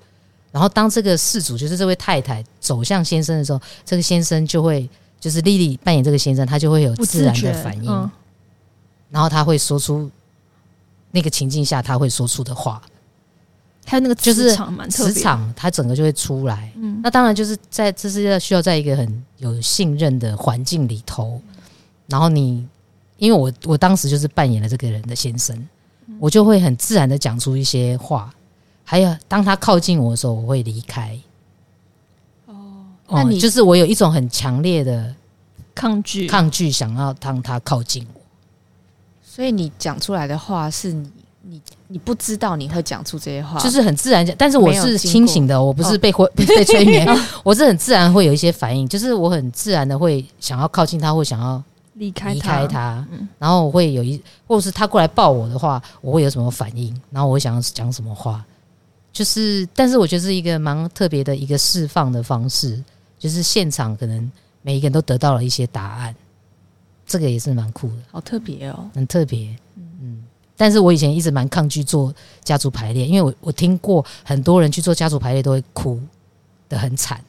Speaker 1: 然后当这个事主就是这位太太走向先生的时候，这个先生就会就是莉莉扮演这个先生，他就会有
Speaker 2: 不
Speaker 1: 自
Speaker 2: 自
Speaker 1: 然
Speaker 2: 觉
Speaker 1: 的反应，
Speaker 2: 嗯
Speaker 1: 然后他会说出那个情境下他会说出的话，
Speaker 2: 还有那个
Speaker 1: 就
Speaker 2: 磁
Speaker 1: 是
Speaker 2: 场蛮特
Speaker 1: 磁
Speaker 2: 别，，
Speaker 1: 场他整个就会出来。
Speaker 2: 嗯，
Speaker 1: 那当然就是在这是要需要在一个很有信任的环境里头，然后你因为我我当时就是扮演了这个人的先生，
Speaker 2: 嗯
Speaker 1: 我就会很自然的讲出一些话，还有当他靠近我的时候，我会离开。
Speaker 3: 那
Speaker 1: 哦
Speaker 3: 你
Speaker 1: 就是我有一种很强烈的
Speaker 2: 抗拒，
Speaker 1: 抗拒，想要让他靠近我。
Speaker 3: 所以你讲出来的话是你你你不知道你会讲出这些话，
Speaker 1: 就是很自然讲，但是我
Speaker 3: 没有
Speaker 1: 是清
Speaker 3: 经过哦
Speaker 1: 醒的，我不是被、昏，不 是被催眠， 我是很自然会有一些反应，就是我很自然的会想要靠近他，或想要
Speaker 2: 离开
Speaker 1: 离开他
Speaker 2: 嗯，
Speaker 1: 然后我会有一，或者是他过来抱我的话，我会有什么反应？然后我会想要讲什么话？就是，但是我觉得是一个蛮特别的一个释放的方式，就是现场可能每一个人都得到了一些答案，这个也是蛮酷的，
Speaker 3: 好特别哦。
Speaker 1: 很特别。嗯，但是我以前一直蛮抗拒做家族排列，因为我我听过很多人去做家族排列都会哭的很惨。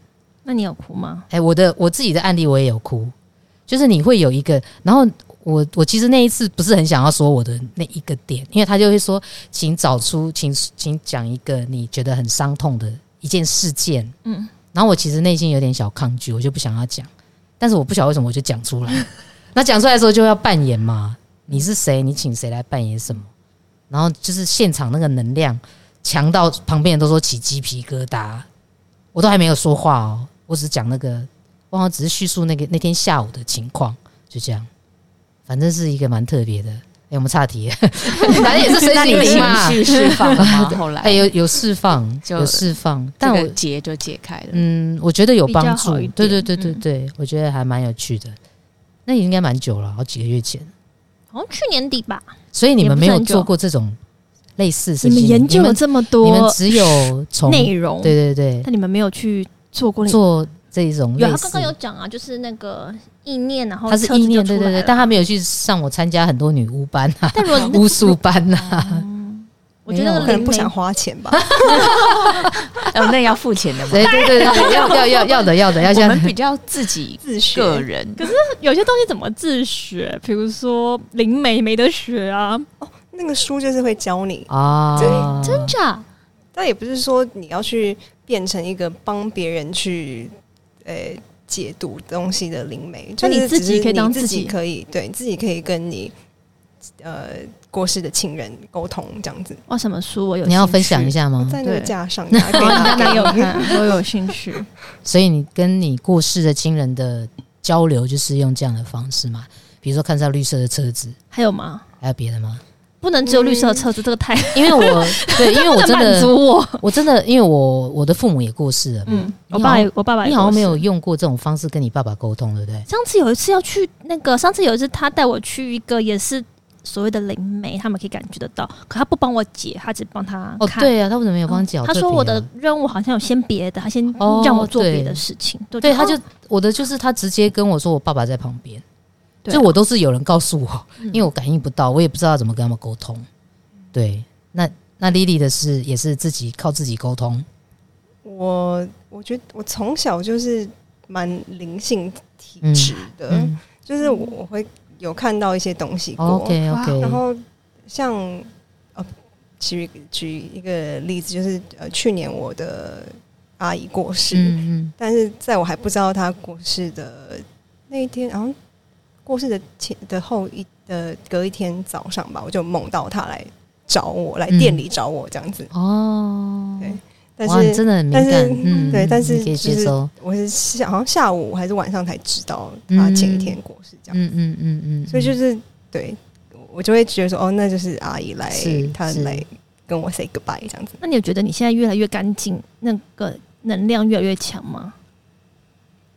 Speaker 2: 那你有哭吗？
Speaker 1: 哎、我的我自己的案例我也有哭，就是你会有一个，然后我我其实那一次不是很想要说我的那一个点，因为他就会说，请找出，请请讲一个你觉得很伤痛的一件事件，
Speaker 2: 嗯
Speaker 1: 嗯，然后我其实内心有点小抗拒，我就不想要讲，但是我不晓得为什么我就讲出来， 那讲出来的时候就要扮演嘛，你是谁，你请谁来扮演什么，然后就是现场那个能量强到旁边人都说起鸡皮疙瘩，我都还没有说话哦，我只是讲那个，我好像只是叙述那个那天下午的情况，就这样，反正是一个蛮特别的。哎、我们岔 题了，反正也是身
Speaker 3: 那你
Speaker 1: 心灵嘛
Speaker 3: 情。绪释放了吗？后
Speaker 1: 哎、
Speaker 3: 来
Speaker 1: 有有释放，
Speaker 3: 就
Speaker 1: 有释放，但
Speaker 3: 但
Speaker 1: 我、
Speaker 3: 我结就解开了。
Speaker 1: 嗯，我觉得有帮
Speaker 2: 比较
Speaker 1: 助
Speaker 2: 好一。点
Speaker 1: 对对对对
Speaker 2: 嗯
Speaker 1: 对，我觉得还蛮有趣的。那也应该蛮久了，好几个月前。
Speaker 2: 好像去年底吧，
Speaker 1: 所以你
Speaker 2: 也
Speaker 1: 们
Speaker 2: 不
Speaker 1: 没
Speaker 2: 是
Speaker 1: 有
Speaker 2: 很久
Speaker 1: 做过这种类似
Speaker 2: 你
Speaker 1: 身
Speaker 2: 们
Speaker 1: 心灵
Speaker 2: 研究了这么
Speaker 1: 你们你们
Speaker 2: 多
Speaker 1: 只有从
Speaker 2: 内容，
Speaker 1: 对对对
Speaker 2: 但你们没有去做过那。
Speaker 1: 做这一种
Speaker 2: 有，
Speaker 1: 类
Speaker 2: 他
Speaker 1: 似
Speaker 2: 刚刚有讲啊，就是那个意念，然后
Speaker 1: 他是
Speaker 2: 车子
Speaker 1: 意念，
Speaker 2: 就
Speaker 1: 对
Speaker 2: 出
Speaker 1: 对
Speaker 2: 来
Speaker 1: 对，
Speaker 2: 了
Speaker 1: 但他没有去上我参加很多女巫班啊、
Speaker 2: 但如果你
Speaker 1: 巫术班呐、 啊，
Speaker 2: 嗯我觉得
Speaker 1: 没有
Speaker 2: 那个
Speaker 1: 啊
Speaker 4: 可能
Speaker 2: 灵
Speaker 4: 不
Speaker 2: 媒
Speaker 4: 想花钱吧。
Speaker 3: 哦，那要付钱的嘛。
Speaker 1: 对对对对，对要要要要的要的要
Speaker 3: 我
Speaker 1: 像
Speaker 3: 们比较自己
Speaker 4: 自学
Speaker 3: 个人，
Speaker 2: 有些东西怎么自学？比如说灵媒没得学啊，
Speaker 1: 哦
Speaker 4: 那个书就是会教你，
Speaker 1: 啊，
Speaker 2: 真假？
Speaker 4: 但也不是说你要去变成一个帮别人去，呃、解读东西的灵媒，就
Speaker 2: 那
Speaker 4: 是
Speaker 2: 你自己
Speaker 4: 只是
Speaker 2: 可以当
Speaker 4: 你
Speaker 2: 自
Speaker 4: 自
Speaker 2: 己
Speaker 4: 可以对自己可以跟你呃过世的亲人沟通这样子，
Speaker 2: 哇，什么书我有？
Speaker 1: 你要分享一，下吗？
Speaker 4: 在那个
Speaker 2: 对
Speaker 4: 架上拿给
Speaker 2: 我
Speaker 4: 他
Speaker 2: 刚刚有
Speaker 4: 给你，
Speaker 2: 看，我有兴趣。
Speaker 1: 所以你跟你过世的亲人的交流就是用这样的方式嘛？比如说看到绿色的车子，
Speaker 2: 还有吗？
Speaker 1: 还有别的吗？
Speaker 2: 不能只有绿色的车子，这个太
Speaker 1: 因为我对，因 为我 真
Speaker 2: 满
Speaker 1: 的，
Speaker 2: 足我。
Speaker 1: 我真的，因为我我的父母也过世了，
Speaker 2: 嗯，
Speaker 1: 你
Speaker 2: 我爸
Speaker 1: 好
Speaker 2: 也，我爸爸也
Speaker 1: 你好像
Speaker 2: 过世
Speaker 1: 没有。用过这种方式跟你爸爸沟通，对不对？
Speaker 2: 上次有一次要去那个，上次有一次他带我去一个也是所谓的灵媒，他们可以感觉得到，可他不帮我解，他只帮他
Speaker 1: 哦，
Speaker 2: 看。
Speaker 1: 对啊，他为什么没有帮你讲、
Speaker 2: 他说我的，任务好像有先别的，他先
Speaker 1: 哦
Speaker 2: 让我做
Speaker 1: 对
Speaker 2: 别的事情。对
Speaker 1: 对，他就
Speaker 2: 哦
Speaker 1: 我的就是他直接跟我说我爸爸在旁边，
Speaker 2: 对啊
Speaker 1: 就我都是有人告诉我，
Speaker 2: 嗯
Speaker 1: 因为我感应不到，我也不知道怎么跟他们沟通。对，那那 Lily 的是也是自己靠自己沟通，
Speaker 4: 我我觉得我从小就是蛮灵性体
Speaker 1: 嗯
Speaker 4: 质的，
Speaker 1: 嗯哦
Speaker 4: 就是我我会有看到一些东西过，
Speaker 1: ，OK OK，
Speaker 4: 然后像呃，举举一个例子，就是呃，去年我的阿姨过世，
Speaker 1: 嗯
Speaker 4: 但是在我还不知道她过世的那一天，好像过世的前的后一的隔一天早上吧，我就梦到她来找我，来
Speaker 1: 嗯
Speaker 4: 店里找我这样子。
Speaker 1: 嗯，哦，
Speaker 4: 对但
Speaker 1: 哇，你
Speaker 4: 是
Speaker 1: 真的很敏
Speaker 4: 但是
Speaker 1: 感，嗯，
Speaker 4: 对但是
Speaker 1: 你可以
Speaker 4: 就是
Speaker 1: 接收，
Speaker 4: 我是下好像下午还是晚上才知道她前一天过世这样，
Speaker 1: 嗯嗯嗯嗯，
Speaker 4: 所以就是是对我就会觉得说，哦，那就是阿姨来
Speaker 1: 是，
Speaker 4: 她
Speaker 1: 是
Speaker 4: 来跟我 say goodbye 这样子。
Speaker 2: 那你有觉得你现在越来越干净，那个能量越来越强吗？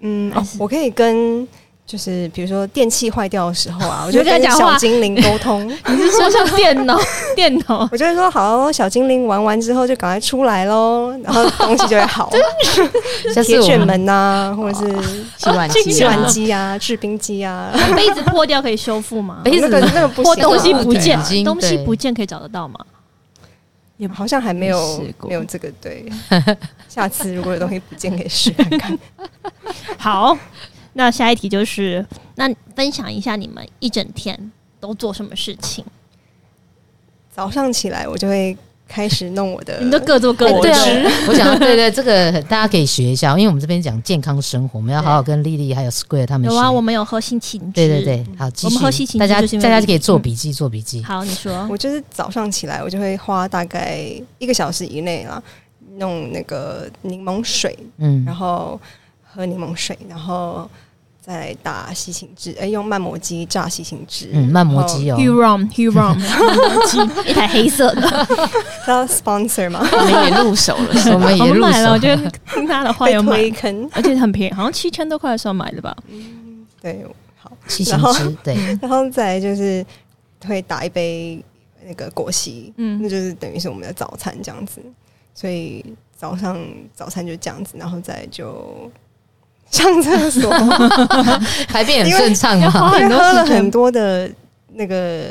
Speaker 4: 嗯，
Speaker 2: 还
Speaker 4: 哦
Speaker 2: 是
Speaker 4: 我可以跟就是比如说电器坏掉的时 候啊，我就
Speaker 2: 你会跟
Speaker 4: 跟
Speaker 2: 他讲话
Speaker 4: 小精灵沟 通，
Speaker 2: 你是说像电脑，电脑
Speaker 4: 我就会说好，小精灵玩完之后就赶快出来喽，然后东西就会好，
Speaker 1: 下次
Speaker 4: 铁
Speaker 1: 我
Speaker 4: 卷
Speaker 1: 们
Speaker 4: 门呐、或者
Speaker 2: 哦
Speaker 4: 是
Speaker 3: 洗碗
Speaker 2: 这
Speaker 3: 机
Speaker 4: 洗
Speaker 2: 个
Speaker 3: 啊、
Speaker 4: 碗机啊、制冰机啊，
Speaker 2: 杯子破掉可以修复 吗？
Speaker 1: 杯
Speaker 4: 那个
Speaker 1: 子
Speaker 4: 那个不
Speaker 2: 破
Speaker 4: 行啊
Speaker 2: 东西不
Speaker 1: 对
Speaker 2: 见
Speaker 1: 已，经
Speaker 2: 东西
Speaker 1: 对
Speaker 2: 不见可以找得到吗？
Speaker 4: 也好像还没有
Speaker 3: 没试过
Speaker 4: 没有这个 对，下次如果有东西不见可以试看看。
Speaker 2: 好，那下一题就是，那分享一下你们一整天都做什么事情？
Speaker 4: 早上起来我就会开始弄我 的，
Speaker 2: 你们都各做各
Speaker 1: 哎
Speaker 2: 的
Speaker 1: 对
Speaker 2: 事，
Speaker 1: 啊， 我想要对对，这个很大家可以学一下，因为我们这边讲健康生活，我们要
Speaker 2: 对
Speaker 1: 好好跟丽丽还有 Square 他们
Speaker 2: 有
Speaker 1: 学。
Speaker 2: 啊，我们有喝心情
Speaker 1: 嗯对对对，好，继
Speaker 2: 我们喝西
Speaker 1: 续，
Speaker 2: 芹
Speaker 1: 大家
Speaker 2: 就是因为
Speaker 1: 大家
Speaker 2: 丽
Speaker 1: 可以做
Speaker 2: 嗯
Speaker 1: 笔记，做笔记。
Speaker 2: 好，你说
Speaker 4: 我就是早上起来，我就会花大概一个小时以内啦，弄那个柠檬水，
Speaker 1: 嗯
Speaker 4: 然，后喝柠檬水，然后再来打西芹汁，哎、用慢磨机榨西芹汁，
Speaker 1: 嗯，慢磨机哦，
Speaker 2: Huron Huron，一台黑色的，
Speaker 4: 然后，知道 sponsor 吗？
Speaker 3: 我们也入手了，
Speaker 1: 我们
Speaker 2: 我
Speaker 1: 也入
Speaker 2: 买了，我
Speaker 1: 手。
Speaker 2: 觉得 听他的话
Speaker 4: 被
Speaker 2: 有买
Speaker 4: 推，坑，
Speaker 2: 而且很便宜，好像七千多块的时候买的吧。
Speaker 4: 对，好，
Speaker 1: 七情
Speaker 4: 然后
Speaker 1: 之对，
Speaker 4: 然后再来就是会打一杯那个果昔，那
Speaker 2: 嗯，
Speaker 4: 就是等于是我们的早餐这样子，所以早上早餐就这样子，然后再就上厕所。
Speaker 1: 排便很顺畅嘛。
Speaker 4: 因
Speaker 2: 很
Speaker 4: 为
Speaker 2: 多
Speaker 4: 喝了
Speaker 2: 时间
Speaker 4: 很多的那个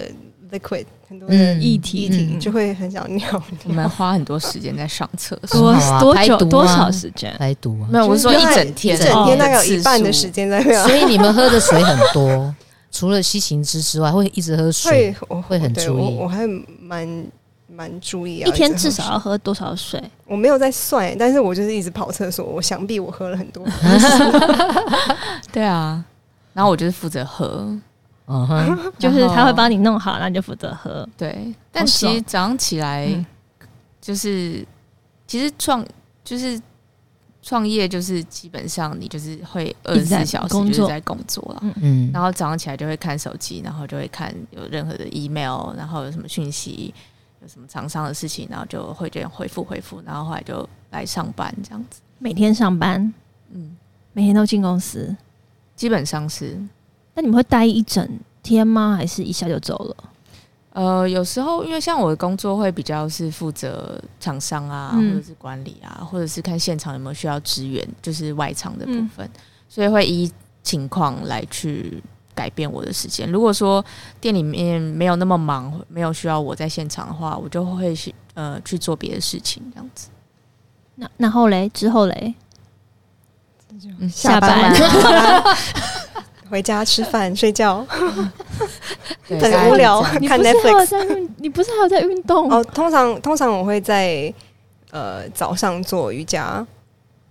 Speaker 4: liquid，很多的
Speaker 1: 嗯
Speaker 2: 议
Speaker 4: 液
Speaker 2: 题
Speaker 4: 体，
Speaker 1: 嗯
Speaker 4: 就会很想尿
Speaker 3: 我
Speaker 4: 尿。
Speaker 3: 们花很多时间在上厕所。
Speaker 2: 多
Speaker 1: 好啊
Speaker 2: 多
Speaker 1: 排
Speaker 2: 久
Speaker 1: 毒
Speaker 2: 多
Speaker 1: 啊
Speaker 2: 少时间？
Speaker 1: 排毒啊
Speaker 3: 没，有，我是说
Speaker 4: 就
Speaker 3: 一
Speaker 4: 是
Speaker 3: 整天，哦
Speaker 1: 一整
Speaker 4: 整
Speaker 1: 天
Speaker 4: 天大概有一半的时
Speaker 3: 次
Speaker 4: 间在啊尿。
Speaker 1: 所以你们喝的水很多， 除了西芹汁之外，会一直喝水
Speaker 4: 会，我
Speaker 1: 会很
Speaker 4: 对
Speaker 1: 注意
Speaker 4: 我我还蛮蛮注意啊。
Speaker 2: 一天至
Speaker 4: 直喝
Speaker 2: 少
Speaker 4: 水
Speaker 2: 要喝多少水？
Speaker 4: 我没有在算，但是我就是一直跑厕所，我想必我喝了很多。
Speaker 3: 数。对啊，然后我就是负责喝，
Speaker 1: 嗯哼，
Speaker 2: 就是
Speaker 3: 然后
Speaker 2: 他会帮你弄好，然后你就负责喝。
Speaker 3: 对，但
Speaker 2: 好
Speaker 3: 其
Speaker 2: 爽
Speaker 3: 实早上起来
Speaker 2: 嗯
Speaker 3: 就是，其实创就是创业，就是基本上你就是会二
Speaker 2: 一
Speaker 3: 十
Speaker 2: 直在
Speaker 3: 四小时
Speaker 2: 工
Speaker 3: 就是
Speaker 2: 作
Speaker 3: 在工作了。
Speaker 1: 嗯，
Speaker 3: 然后早上起来就会看手机，然后就会看有任何的 email，然后有什么讯息，有什么厂商的事情，然后就会这样回复回复，然后后来就来上班这样子。
Speaker 2: 每天上班，
Speaker 3: 嗯，
Speaker 2: 每天都进公司，
Speaker 3: 基本上是
Speaker 2: 那你们会待一整天吗？还是一下就走了？
Speaker 3: 呃，有时候因为像我的工作会比较是负责厂商啊，
Speaker 2: 嗯
Speaker 3: 或者是管理啊，或者是看现场有没有需要支援，就是外场的部分，所以会依情况来去改变我的时间。如果说店里面没有那么忙，没有需要我在现场的话，我就会去呃去做别的事情这样子。
Speaker 2: 那然后嘞，之后嘞，
Speaker 3: 嗯，
Speaker 2: 下班
Speaker 4: 回家吃饭睡觉，
Speaker 1: 对大
Speaker 4: 很
Speaker 1: 概
Speaker 4: 无
Speaker 1: 是
Speaker 4: 聊
Speaker 1: 这样
Speaker 2: 你
Speaker 4: 看
Speaker 2: 不是还有
Speaker 4: Netflix
Speaker 2: 在运，你不是还有在运动？
Speaker 4: 哦，通常通常我会在呃早上做瑜伽，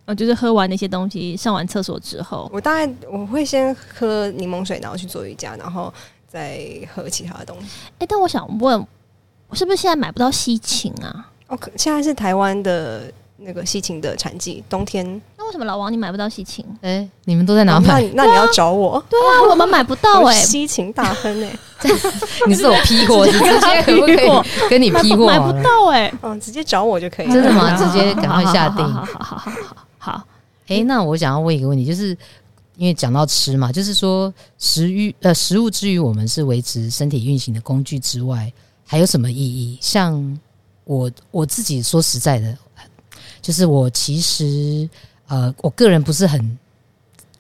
Speaker 2: 哦，就是喝完那些东西，上完厕所之后，
Speaker 4: 我大概我会先喝柠檬水，然后去做瑜伽，然后再喝其他的东西。
Speaker 2: 哎、但我想问，是不是现在买不到西芹啊？
Speaker 4: 哦，可现在是台湾的那个西芹的产季，冬天。哦
Speaker 2: 那为什么老王你买不到西芹？
Speaker 1: 哎、你们都在哪
Speaker 4: 那
Speaker 1: 买？
Speaker 4: 你那你要找我，
Speaker 2: 对啊，我们买不到
Speaker 4: 我
Speaker 2: 哎、
Speaker 4: 是西芹大亨哎、
Speaker 1: 你是我批货，你直接可不可
Speaker 2: 批货
Speaker 1: 以跟你
Speaker 2: 买
Speaker 1: 批啊
Speaker 2: 不
Speaker 1: 货
Speaker 2: 买
Speaker 1: 好
Speaker 2: 不
Speaker 1: 了？
Speaker 2: 到哎、
Speaker 4: 嗯，直接找我就可以了。
Speaker 1: 真的吗
Speaker 2: 好
Speaker 1: 直接赶快下定
Speaker 2: 好好好好好好好好。
Speaker 1: 哎、
Speaker 2: 嗯
Speaker 1: 那我想要问一个问题，就是因为讲到吃嘛，就是说食欲呃食物之于我们是维持身体运行的工具之外，还有什么意义？像我我自己说实在的，就是我其实呃我个人不是很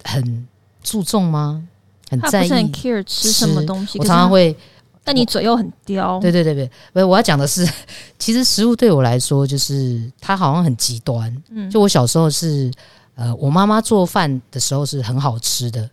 Speaker 1: 很注重吗？很
Speaker 2: 他
Speaker 1: 在
Speaker 2: 不是很
Speaker 1: 意。
Speaker 2: care 吃什么东西，
Speaker 1: 我
Speaker 2: 可是
Speaker 1: 常常会
Speaker 2: 他，但你嘴又很刁，
Speaker 1: 对对对对，不是我要讲的是，其实食物对我来说，就是它好像很极端，
Speaker 2: 嗯，
Speaker 1: 就我小时候是，呃，我妈妈做饭的时候是很好吃的，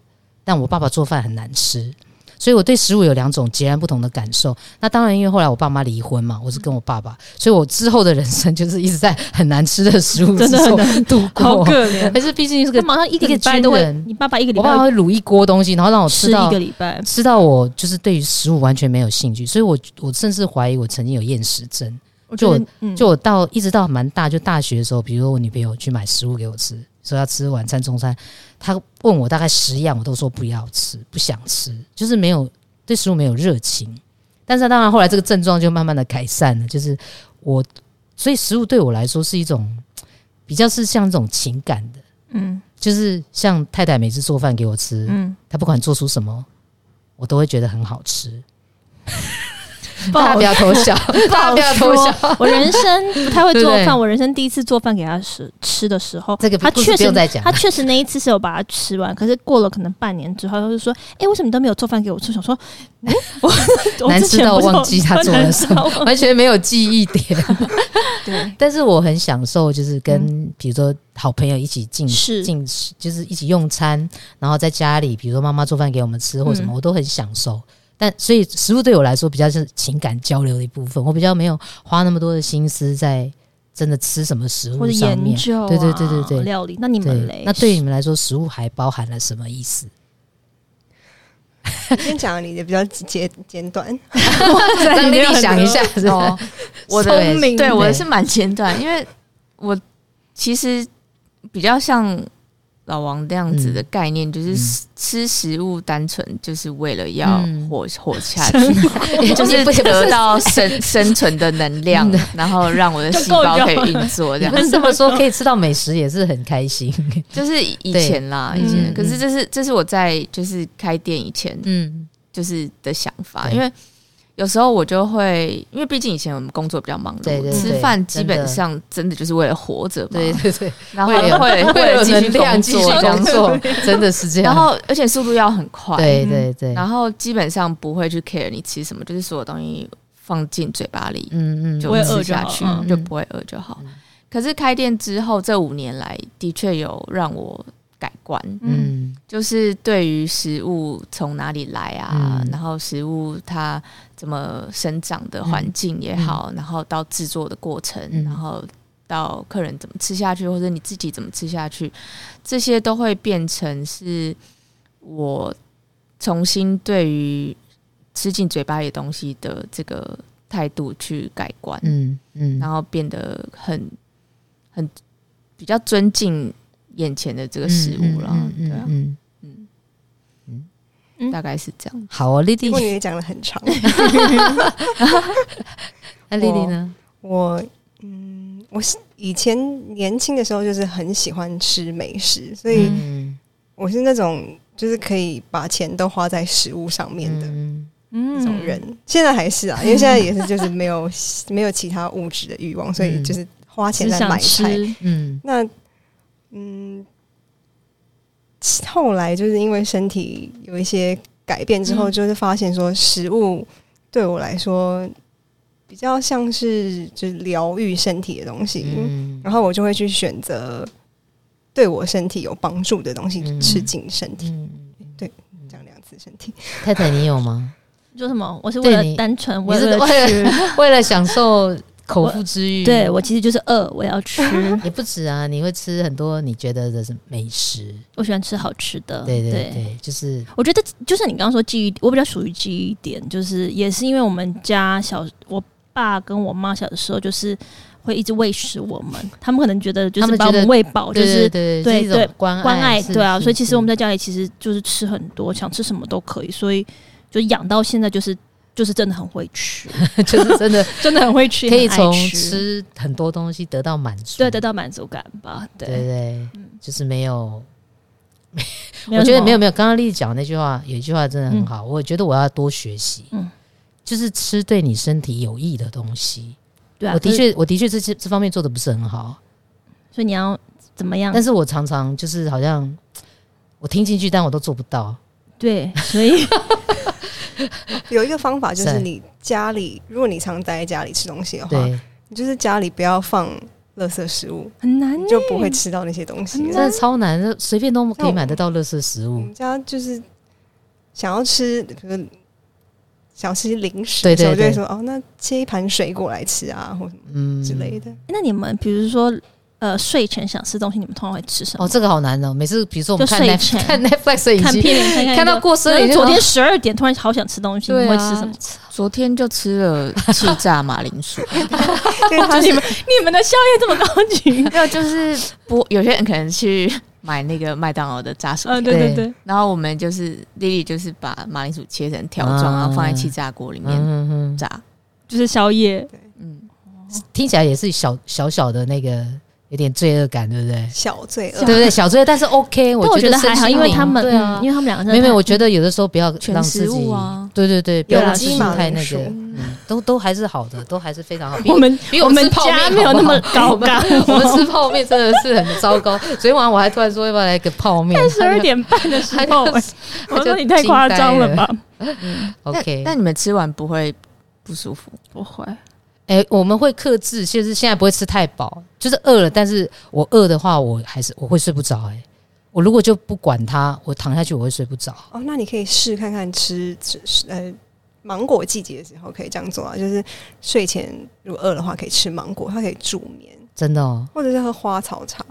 Speaker 1: 但我爸爸做饭很难吃，所以我对食物有两种截然不同的感受。那当然，因为后来我爸妈离婚嘛，我是跟我爸爸，所以我之后的人生就是一直在很难吃的食物之
Speaker 2: 真的很
Speaker 1: 中度过。
Speaker 2: 怜。
Speaker 1: 但是毕竟是
Speaker 2: 他
Speaker 1: 个，
Speaker 2: 马上一个
Speaker 1: 一个
Speaker 2: 礼拜都
Speaker 1: 军
Speaker 2: 会
Speaker 1: 人，
Speaker 2: 你爸爸一个礼
Speaker 1: 我爸爸
Speaker 2: 拜
Speaker 1: 会卤一锅东西，然后让我
Speaker 2: 吃
Speaker 1: 吃
Speaker 2: 一
Speaker 1: 到
Speaker 2: 个礼拜，
Speaker 1: 吃到我就是对于食物完全没有兴趣，所以我我甚至怀疑我曾经有厌食症。
Speaker 2: 我
Speaker 1: 就
Speaker 2: 觉得嗯
Speaker 1: 就我到一直到蛮大，就大学的时候，比如说我女朋友去买食物给我吃，说要吃晚餐、中餐，她问我大概十样，我都说不要吃，不想吃，就是没有对食物没有热情。但是当然后来这个症状就慢慢的改善了，就是我，所以食物对我来说是一种比较是像一种情感的，
Speaker 2: 嗯
Speaker 1: 就是像太太每次做饭给我吃，
Speaker 2: 嗯，
Speaker 1: 她不管做出什么，我都会觉得很好 吃。
Speaker 2: 不
Speaker 1: 大家不要偷 笑，大家不要偷笑。
Speaker 2: 我人生不太会做
Speaker 1: 对不
Speaker 2: 饭，
Speaker 1: 对
Speaker 2: 我人生第一次做饭给他吃吃的时候，
Speaker 1: 这个
Speaker 2: 他
Speaker 1: 故事
Speaker 2: 确
Speaker 1: 不用
Speaker 2: 实
Speaker 1: 再讲
Speaker 2: 他，确实那一次是有把它吃完，可是过了可能半年之后，他就说：“哎、为什么你都没有做饭给我吃？”想说， 嗯我我
Speaker 1: 难
Speaker 2: 之
Speaker 1: 吃
Speaker 2: 前
Speaker 1: 到
Speaker 2: 不是有
Speaker 1: 忘记他做了什么
Speaker 2: 难吃到忘
Speaker 1: 完全没有记忆点。
Speaker 4: 对，
Speaker 1: 但是我很享受，就是跟比如说好朋友一起进
Speaker 2: 嗯是
Speaker 1: 进，就是一起用餐，然后在家里，比如说妈妈做饭给我们吃或什么，
Speaker 2: 嗯
Speaker 1: 我都很享受。但所以食物对我来说比较是情感交流的一部分，我比较没有花那么多的心思在真的吃什么食物
Speaker 2: 或者
Speaker 1: 上
Speaker 2: 研
Speaker 1: 面。
Speaker 2: 究、啊，
Speaker 1: 对对对对对
Speaker 2: 料理。那你们
Speaker 1: 对
Speaker 2: 嘞，？
Speaker 1: 那 对你们来说，食物还包含了什么意思？
Speaker 4: 你先讲你的比较简简短，
Speaker 1: 让丽丽 想一下，是吧
Speaker 3: 哦， 我的
Speaker 1: 聪明欸
Speaker 3: 对我的
Speaker 1: 对
Speaker 3: 是蛮简短，因为我其实比较像老王那样子的概念，就是吃吃食物单纯就是为了要
Speaker 1: 嗯
Speaker 3: 活、活下
Speaker 2: 嗯
Speaker 3: 去，就
Speaker 1: 你
Speaker 3: 是
Speaker 1: 不嗯
Speaker 3: 得到生生存的能量，然后让我的细胞可以运作，这
Speaker 1: 你
Speaker 3: 样
Speaker 1: 不 是这么说，可以吃到美食也是很开心。
Speaker 3: 就是以前啦，
Speaker 1: 对
Speaker 3: 以前。
Speaker 1: 嗯
Speaker 3: 可是这是这是我在就是开店以前
Speaker 1: 嗯，
Speaker 3: 就是的想法，
Speaker 1: 对
Speaker 3: 因为有时候我就会，因为毕竟以前我们工作比较忙碌，
Speaker 1: 对对对
Speaker 3: 吃饭基
Speaker 1: 真的
Speaker 3: 本上真的就是为了活着嘛，
Speaker 2: 啊
Speaker 1: 对对 对，
Speaker 3: 然后
Speaker 1: 会有
Speaker 3: 会
Speaker 1: 会有
Speaker 3: 继续
Speaker 1: 能量
Speaker 3: 工
Speaker 1: 继续
Speaker 3: 作这样
Speaker 1: 工
Speaker 3: 子，
Speaker 1: 作，真的是这样。
Speaker 3: 然后而且速度要很快，
Speaker 1: 对对对，
Speaker 3: 然后基本上不会去 care 你吃什么，就是所有东西放进嘴巴里
Speaker 1: 嗯嗯，
Speaker 3: 就
Speaker 2: 不会饿
Speaker 3: 吃
Speaker 2: 就
Speaker 3: 下
Speaker 2: 好
Speaker 3: 去，
Speaker 2: 嗯
Speaker 3: 就不会饿就好。可是开店之后这五年来，的确有让我改观，
Speaker 2: 嗯，
Speaker 1: 嗯
Speaker 3: 就是对于食物从哪里来啊，
Speaker 1: 嗯
Speaker 3: 然后食物它怎么生长的环境也好，然后到制作的过程，
Speaker 1: 嗯
Speaker 3: 然后到客人怎么吃下去，或者你自己怎么吃下去，这些都会变成是我重新对于吃进嘴巴里的东西的这个态度去改观，
Speaker 1: 嗯嗯
Speaker 3: 然后变得很很比较尊敬眼前的这个食物了，
Speaker 1: 嗯
Speaker 3: 对啊
Speaker 1: 嗯。嗯，嗯
Speaker 3: 嗯
Speaker 2: 嗯
Speaker 3: 大概是这样。
Speaker 1: 好哦，丽
Speaker 4: 不
Speaker 1: 丽
Speaker 4: 过，你也讲的很长。
Speaker 1: 那丽丽呢？
Speaker 4: 我嗯，我是以前年轻的时候就是很喜欢吃美食，所以
Speaker 1: 嗯
Speaker 4: 我是那种就是可以把钱都花在食物上面的。
Speaker 1: 嗯
Speaker 2: 嗯
Speaker 4: 这种人，现在还是啊，因为现在也是就是没有 没有其他物质的欲望，所以就是花
Speaker 2: 嗯
Speaker 4: 钱
Speaker 2: 只
Speaker 4: 在
Speaker 2: 想
Speaker 4: 买菜。
Speaker 2: 吃，
Speaker 1: 嗯
Speaker 4: 那嗯，后来就是因为身体有一些改变之后，
Speaker 2: 嗯
Speaker 4: 就是发现说食物对我来说比较像是就是疗愈身体的东西，
Speaker 1: 嗯
Speaker 4: 然后我就会去选择对我身体有帮助的东西
Speaker 1: 嗯
Speaker 4: 吃进身体，
Speaker 1: 嗯，
Speaker 4: 讲两次身体。
Speaker 1: 太太你有 吗？
Speaker 2: 说什么？我是为
Speaker 1: 对你
Speaker 2: 了单纯为
Speaker 1: 你是
Speaker 2: 了
Speaker 1: 为
Speaker 2: 吃，
Speaker 1: 为了享受口腹之欲，
Speaker 2: 对我其实就是饿，我要吃，
Speaker 1: 也不止啊，你会吃很多你觉得的是美食，
Speaker 2: 我喜欢吃好吃的，
Speaker 1: 对对对，就是
Speaker 2: 我觉得就是你刚刚说记忆，我比较属于记忆点，就是也是因为我们家小我爸跟我妈小的时候就是会一直喂食我们，他们可能觉得就
Speaker 1: 他
Speaker 2: 是
Speaker 1: 们
Speaker 2: 把我
Speaker 1: 觉得
Speaker 2: 们喂饱，就
Speaker 1: 对
Speaker 2: 是
Speaker 1: 对
Speaker 2: 对
Speaker 1: 是一种
Speaker 2: 对
Speaker 1: 关爱
Speaker 2: 关爱，
Speaker 1: 是
Speaker 2: 对啊，
Speaker 1: 是
Speaker 2: 所以其实
Speaker 1: 是
Speaker 2: 我们在家里其实就是吃很多，想吃什么都可以，所以就养到现在就是就是真的很会吃，
Speaker 1: 就是真的
Speaker 2: 真的很会吃，
Speaker 1: 可以
Speaker 2: 也很爱
Speaker 1: 从
Speaker 2: 吃
Speaker 1: 吃很多东西得到满足，
Speaker 2: 对得到满足感吧，对，嗯
Speaker 1: 对对，就是没有。
Speaker 2: 没有
Speaker 1: 我觉
Speaker 2: 什
Speaker 1: 得
Speaker 2: 么
Speaker 1: 没有，没有，刚刚丽讲那句话有一句话真的很好，我觉得我要多学习，
Speaker 2: 嗯
Speaker 1: 就是吃对你身体有益的东西。
Speaker 2: 对啊，
Speaker 1: 我的
Speaker 2: 就是，
Speaker 1: 确，我的确这这这方面做的不是很好，
Speaker 2: 所以你要怎么样
Speaker 1: 但？是我常常就是好像我听进去，但我都做不
Speaker 2: 哦
Speaker 1: 到。
Speaker 2: 对，所以
Speaker 4: 有一个方法就是
Speaker 1: 是
Speaker 4: 你家里，如果你常待在家里吃东西的话，
Speaker 2: 嗯
Speaker 1: 对，
Speaker 4: 你就是家里不要放垃圾食物，
Speaker 2: 很难呢
Speaker 4: 你就不会吃到那些东西
Speaker 2: 很
Speaker 4: 了。
Speaker 1: 真的超难，那随便都可以买得到垃圾食
Speaker 4: 我
Speaker 1: 物。
Speaker 4: 们家就是想要吃，比如说想吃零食
Speaker 1: 对
Speaker 4: 的时候，
Speaker 1: 对
Speaker 4: 就会说哦，那切一盘水果来吃啊，或什么
Speaker 1: 嗯，
Speaker 4: 之类的。
Speaker 2: 哎那你们比如说，呃，睡前想吃东西，你们通常会吃什么？
Speaker 1: 哦，这个好难哦。每次比如说我们
Speaker 2: 就
Speaker 1: 看
Speaker 2: 睡
Speaker 1: Netflix,
Speaker 2: 前
Speaker 1: 看 Netflix 已
Speaker 2: 看
Speaker 1: 经
Speaker 2: 片看看
Speaker 1: 看到
Speaker 2: 就
Speaker 1: 过生
Speaker 2: 然
Speaker 1: 日，
Speaker 2: 后昨天十二点突然好想吃东西，你
Speaker 1: 对
Speaker 2: 们
Speaker 1: 啊
Speaker 2: 会吃什么？
Speaker 3: 昨天就吃了气炸马铃薯，
Speaker 4: 因为
Speaker 1: 啊
Speaker 4: 它
Speaker 2: 就是你们 你们的宵夜这么高级？
Speaker 3: 没有，就是不有些人可能去买那个麦当劳的炸薯条，
Speaker 2: 嗯，对对
Speaker 1: 对
Speaker 2: 对，
Speaker 3: 然后我们就是丽丽就是把马铃薯切成条状，
Speaker 1: 啊
Speaker 3: 然后放在气炸锅里面
Speaker 1: 嗯嗯
Speaker 3: 炸。
Speaker 2: 就是宵夜。
Speaker 3: 嗯，
Speaker 1: 嗯，听起来也是小小小的那个有点罪恶感，对不对？
Speaker 4: 小罪
Speaker 1: 对
Speaker 4: 恶
Speaker 1: 不。对？小罪恶，但是 OK，
Speaker 2: 啊但我觉
Speaker 1: 觉
Speaker 2: 得还好，
Speaker 1: 身心
Speaker 2: 因为
Speaker 1: 灵
Speaker 2: 他们，
Speaker 1: 对啊
Speaker 2: 嗯因，为他们两个真的
Speaker 1: 没有没有，
Speaker 2: 太
Speaker 1: 我觉得有的时候不要让
Speaker 3: 全
Speaker 1: 自
Speaker 3: 食
Speaker 1: 己
Speaker 3: 物，啊，
Speaker 1: 对对对，不
Speaker 4: 有
Speaker 1: 要让自
Speaker 4: 机
Speaker 1: 己
Speaker 4: 马
Speaker 1: 太
Speaker 4: 铃
Speaker 1: 那
Speaker 4: 薯
Speaker 1: 个，，嗯，都都还是好的，都还是非常好。 比
Speaker 2: 我们
Speaker 1: 比
Speaker 2: 我
Speaker 1: 们
Speaker 2: 们
Speaker 1: 吃泡面
Speaker 2: 家
Speaker 1: 好
Speaker 2: 没有
Speaker 1: 不
Speaker 2: 那么
Speaker 1: 好
Speaker 2: 高
Speaker 1: 我们 我们吃泡面真的是很糟糕。昨天晚上我还突然说要不要来个泡面，
Speaker 2: 十二点 半的时
Speaker 1: 他就
Speaker 2: 候，
Speaker 1: 他就他
Speaker 2: 我
Speaker 1: 就
Speaker 2: 说你太夸张了吧？
Speaker 1: ？OK，
Speaker 3: 那你们吃完不会不舒服？
Speaker 2: 不会，
Speaker 1: 哎、我们会克制，就是现在不会吃太饱，就是饿了。但是我饿的话，我还是我会睡不着。哎，我如果就不管它，我躺下去我会睡不着。
Speaker 4: 哦，那你可以试看看吃吃吃呃芒果季节的时候可以这样做啊，就是睡前如果饿的话可以吃芒果，它可以助眠，
Speaker 1: 真的哦，
Speaker 4: 或者是喝花草茶。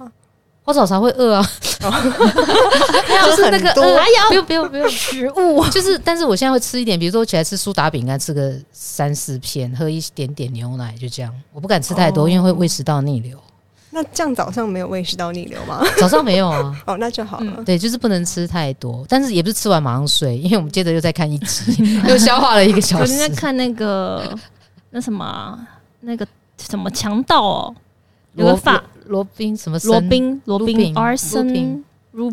Speaker 1: 花草茶会饿啊， 就是那个
Speaker 4: 很多
Speaker 1: 饿，不用不用不用，
Speaker 2: 食物
Speaker 1: 就是。但是我现在会吃一点，比如说我起来吃苏打饼干，啊吃个三四片，喝一点点牛奶，就这样。我不敢吃太多，
Speaker 4: 哦
Speaker 1: 因为会胃食道逆流。
Speaker 4: 那这样早上没有胃食道逆流吗？
Speaker 1: 早上没有啊。
Speaker 4: 哦，那就好了。
Speaker 1: 对，就是不能吃太多，但是也不是吃完马上睡，因为我们接着又再看一集，又消化了一个小
Speaker 2: 昨
Speaker 1: 时
Speaker 2: 天在。看那个那什么啊那个什么强盗哦，有个
Speaker 1: 罗
Speaker 2: 法
Speaker 1: 罗宾什么森
Speaker 2: 罗宾罗
Speaker 1: Lupin，
Speaker 2: 宾 Arson
Speaker 1: Lupin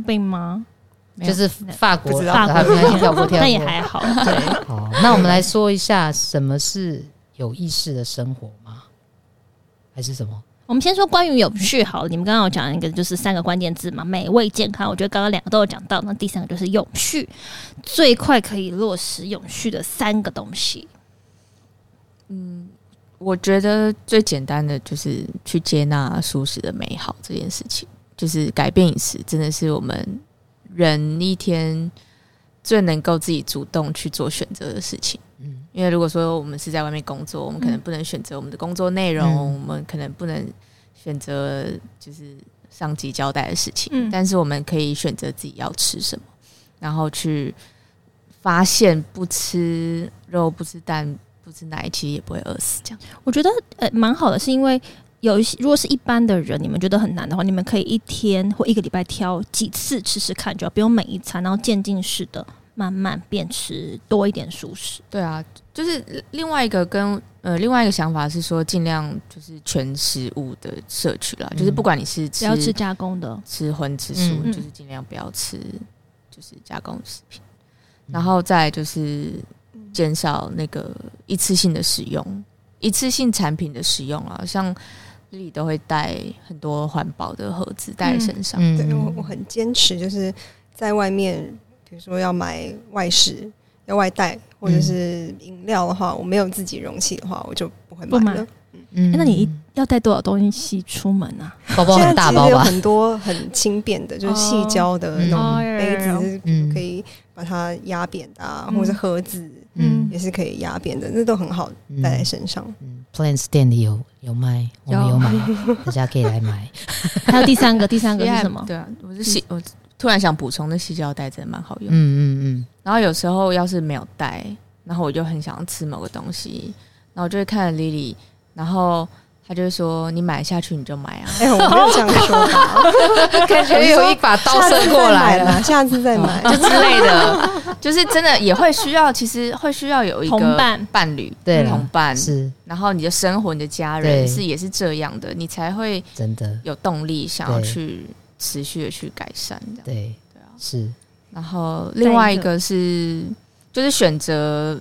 Speaker 2: Rubin 吗？
Speaker 3: 没
Speaker 1: 就
Speaker 3: 有
Speaker 1: 是法
Speaker 4: 不
Speaker 1: 国，
Speaker 4: 知道
Speaker 1: 法
Speaker 2: 法
Speaker 1: 国
Speaker 2: 国
Speaker 1: 啊他们应该跳过跳过，
Speaker 2: 但也 还好，对，
Speaker 1: 好。哦那我们来说一下什么是有意识的生活吗？还是什么？
Speaker 2: 我们先说关于有序好了，你们刚刚有讲一个就是三个关键字嘛，美味健康，我觉得刚刚两个都有讲到，那第三个就是永续，最快可以落实永续的三个东西，
Speaker 3: 我觉得最简单的就是去接纳舒适的美好这件事情，就是改变饮食，真的是我们人一天最能够自己主动去做选择的事情。嗯，因为如果说我们是在外面工作，我们可能不能选择我们的工作内容，
Speaker 1: 嗯
Speaker 3: 我们可能不能选择就是上级交代的事情，
Speaker 2: 嗯
Speaker 3: 但是我们可以选择自己要吃什么，然后去发现不吃肉、不吃蛋、不吃奶，其实也不会饿死这样。
Speaker 2: 我觉得呃蛮好的，是因为有一些如果是一般的人，你们觉得很难的话，你们可以一天或一个礼拜挑几次吃吃看，就好不用每一餐，然后渐进式的慢慢变吃多一点素食，
Speaker 3: 对啊，就是另外一个跟呃另外一个想法是说，尽量就是全食物的摄取啦，
Speaker 1: 嗯
Speaker 3: 就是不管你是
Speaker 2: 不
Speaker 3: 吃
Speaker 2: 要吃加工的。
Speaker 3: 吃荤吃素，
Speaker 1: 嗯
Speaker 3: 就是尽量不要吃就是加工食品。然后再来就是减少那个一次性的使用，一次性产品的使用啊，像这里都会带很多环保的盒子带在身上，
Speaker 1: 嗯
Speaker 4: 对我我很坚持，就是在外面，比如说要买外食、要外带，或
Speaker 1: 嗯
Speaker 4: 者是饮料的话，我没有自己容器的话，我就不会
Speaker 2: 不买
Speaker 4: 买了。
Speaker 1: 嗯
Speaker 4: 哎
Speaker 2: 那你一要带多少东西出门啊？
Speaker 1: 包包很
Speaker 4: 现在
Speaker 1: 大
Speaker 4: 其实
Speaker 1: 包
Speaker 4: 有
Speaker 1: 吧？
Speaker 4: 很多很轻便的，就是细胶的那种
Speaker 1: 哦
Speaker 4: 嗯杯子，
Speaker 1: 嗯
Speaker 4: 可以把它压扁的、啊，
Speaker 2: 嗯
Speaker 4: 或者是盒子
Speaker 1: 嗯
Speaker 4: 也是可以压扁的，那都很好带在身上。
Speaker 1: 嗯，Plans 店里有有卖，我们
Speaker 2: 有
Speaker 1: 有买， 大家可以来 买。
Speaker 2: 还有第三个，第三个
Speaker 3: 因为
Speaker 2: 是
Speaker 3: 还
Speaker 2: 什么？
Speaker 3: 对啊，我是细，我突然想补充，那细胶带真的蛮好用。
Speaker 1: 嗯嗯
Speaker 3: 然后有时候要是没有带，然后我就很想要吃某个东西，然后我就会看 Lily，然后她就会说：“你买下去你就买啊。
Speaker 4: 哎、我没有这样说吧？
Speaker 1: 嗯，感觉有一把刀
Speaker 4: 下
Speaker 1: 伸
Speaker 4: 次
Speaker 1: 过
Speaker 4: 再
Speaker 1: 来
Speaker 4: 买
Speaker 1: 了。
Speaker 4: 啦，下次再买。
Speaker 3: 哦就之类的，就是真的也会需要，其实会需要有一
Speaker 2: 同
Speaker 3: 个
Speaker 2: 伴
Speaker 3: 伴侣，
Speaker 1: 对
Speaker 4: 嗯
Speaker 1: 啦
Speaker 3: 同伴，
Speaker 1: 是
Speaker 3: 然后你的生活、你的家
Speaker 1: 对
Speaker 3: 人是也是这样的，你才会
Speaker 1: 真的，
Speaker 3: 有动力想要
Speaker 1: 对
Speaker 3: 去持续的去改善这样。
Speaker 1: 对
Speaker 3: 对啊
Speaker 1: 是
Speaker 3: 然后另外一个是，就是选择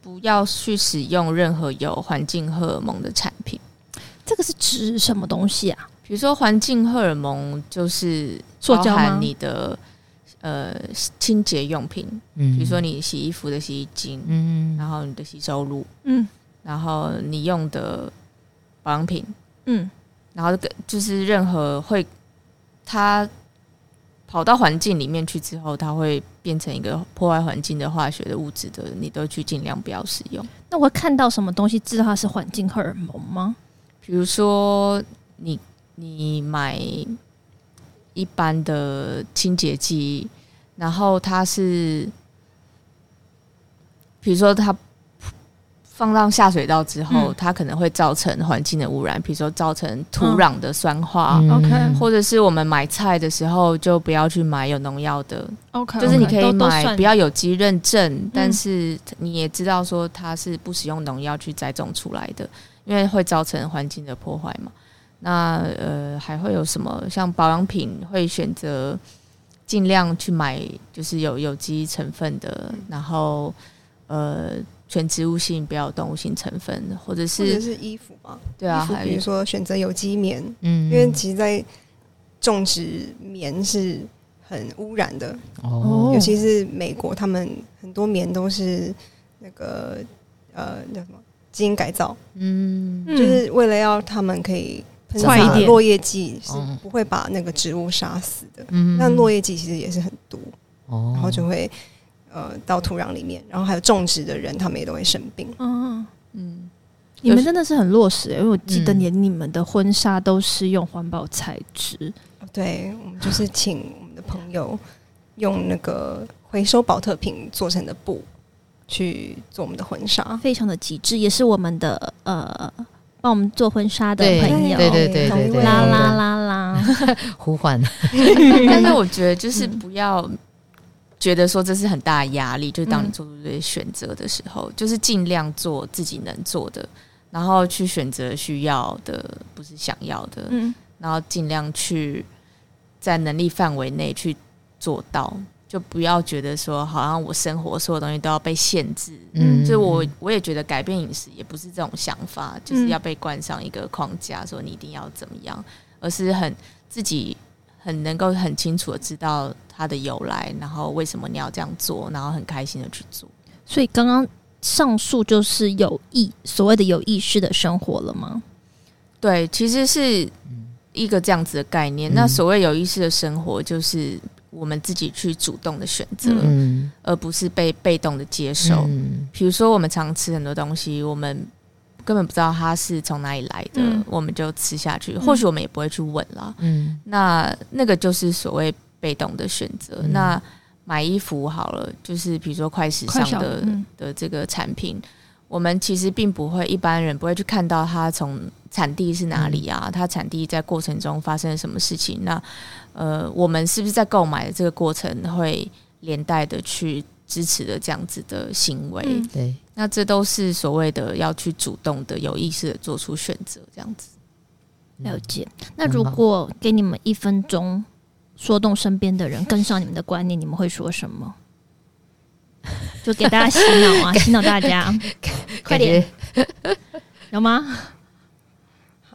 Speaker 3: 不要去使用任何有环境荷尔蒙的产品，
Speaker 2: 这个是指什么东西啊？
Speaker 3: 比如说环境荷尔蒙就是
Speaker 2: 塑胶吗
Speaker 3: 包含你的呃清洁用品，
Speaker 1: 嗯，
Speaker 3: 比如说你洗啊衣服的洗衣精，
Speaker 1: 嗯
Speaker 3: 然后你的洗手乳，
Speaker 2: 嗯
Speaker 3: 然后你用的保养品，
Speaker 2: 嗯，
Speaker 3: 然后跟就是任何会它跑到环境里面去之后，它会变成一个破坏环境的化学的物质的，你都去尽量不要使用。
Speaker 2: 那我会看到什么东西知道它是环境荷尔蒙吗？
Speaker 3: 比如说你你买一般的清洁剂，然后它是，比如说它放到下水道之后，
Speaker 2: 嗯
Speaker 3: 它可能会造成环境的污染，比如说造成土壤的酸化。
Speaker 1: 嗯
Speaker 2: OK
Speaker 3: 或者是我们买菜的时候，就不要去买有农药的，
Speaker 2: 嗯 OK，
Speaker 3: 就是你可以
Speaker 2: 都都
Speaker 3: 买
Speaker 2: 算
Speaker 3: 不要有机认证，但是你也知道说它是不使用农药去栽种出来的，因为会造成环境的破坏嘛。那呃，还会有什么像保养品会选择尽量去买，就是有有机成分的，然后呃全植物性不要有动物性成分的，或
Speaker 4: 或
Speaker 3: 者
Speaker 4: 者
Speaker 3: 是
Speaker 4: 是衣服吧，
Speaker 3: 对啊，
Speaker 4: 衣服
Speaker 3: 还
Speaker 4: 比
Speaker 3: 有
Speaker 4: 如说选择有机棉，
Speaker 1: 嗯
Speaker 4: 因为其实，在种植棉是很污染的，
Speaker 1: 哦
Speaker 4: 尤其是美国，他们很多棉都是那个呃叫什么基因改造，
Speaker 1: 嗯
Speaker 2: 嗯
Speaker 4: 就是为了要他们可以喷
Speaker 1: 快一
Speaker 4: 洒
Speaker 1: 点
Speaker 4: 落叶剂，是
Speaker 1: 嗯
Speaker 4: 不会把那个植物杀死的。
Speaker 1: 嗯
Speaker 4: 那落叶剂其实也是很毒，
Speaker 2: 嗯
Speaker 1: 哦，
Speaker 4: 然后就会呃到土壤里面，然后还有种植的人，他们也都会生病。
Speaker 2: 嗯。
Speaker 3: 嗯，
Speaker 2: 你们真的是很落实、欸因为我记得
Speaker 1: 嗯
Speaker 2: 连你们的婚纱都是用环保材质，
Speaker 4: 对我们就是请我们的朋友用那个回收保特瓶做成的布去做我们的婚纱。
Speaker 2: 非常的极致，也是我们的呃帮我们做婚纱的
Speaker 1: 对
Speaker 2: 朋友，
Speaker 1: 对对对
Speaker 4: 同
Speaker 1: 对
Speaker 4: 一
Speaker 1: 对，
Speaker 4: 位
Speaker 2: 啦
Speaker 1: 对
Speaker 2: 啦，啦啦，
Speaker 1: 对呼唤，
Speaker 3: 但是我觉得就是不要觉得说这是很大的压力，就是当你做出这些选择的时候，就是尽量做自己能做的，然后去选择需要的，不是想要的，
Speaker 2: 嗯，
Speaker 3: 然后尽量去在能力范围内去做到。就不要觉得说，好像我生活所有东西都要被限制，
Speaker 1: 嗯，
Speaker 3: 所以我我也觉得改变饮食也不是这种想法，就是
Speaker 2: 嗯
Speaker 3: 要被冠上一个框架，说你一定要怎么样，而是很自己很能够很清楚的知道它的由来，然后为什么你要这样做，然后很开心的去做。
Speaker 2: 所以刚刚上述就是有意所谓的有意识的生活了吗？
Speaker 3: 对，其实是一个这样子的概念。那
Speaker 1: 嗯
Speaker 3: 所谓有意识的生活，就是我们自己去主动的选择，
Speaker 2: 嗯
Speaker 1: 嗯
Speaker 3: 而不是被被动的接受。
Speaker 1: 嗯
Speaker 3: 比如说，我们常吃很多东西，我们根本不知道它是从哪里来的，
Speaker 2: 嗯
Speaker 3: 我们就吃下去。或许我们也不会去问啦。
Speaker 1: 嗯
Speaker 3: 那那个就是所谓被动的选择。
Speaker 1: 嗯
Speaker 3: 那买衣服好了，就是比如说快时
Speaker 2: 快
Speaker 3: 尚
Speaker 2: 小
Speaker 3: 的、
Speaker 2: 嗯
Speaker 3: 的这个产品，我们其实并不会一般人不会去看到它从产地是哪里
Speaker 2: 嗯
Speaker 3: 啊，它产地在过程中发生了什么事情。那呃，我们是不是在购买的这个过程会连带的去支持的这样子的行为？
Speaker 2: 嗯
Speaker 1: 对，
Speaker 3: 那这都是所谓的要去主动的、有意识的做出选择，这样子。
Speaker 2: 了解。嗯那如果给你们一分钟， 说动身边的人跟上你们的观念，你们会说什么？就给大家洗脑 啊，洗脑大家，快点，
Speaker 1: 感觉
Speaker 2: 有吗？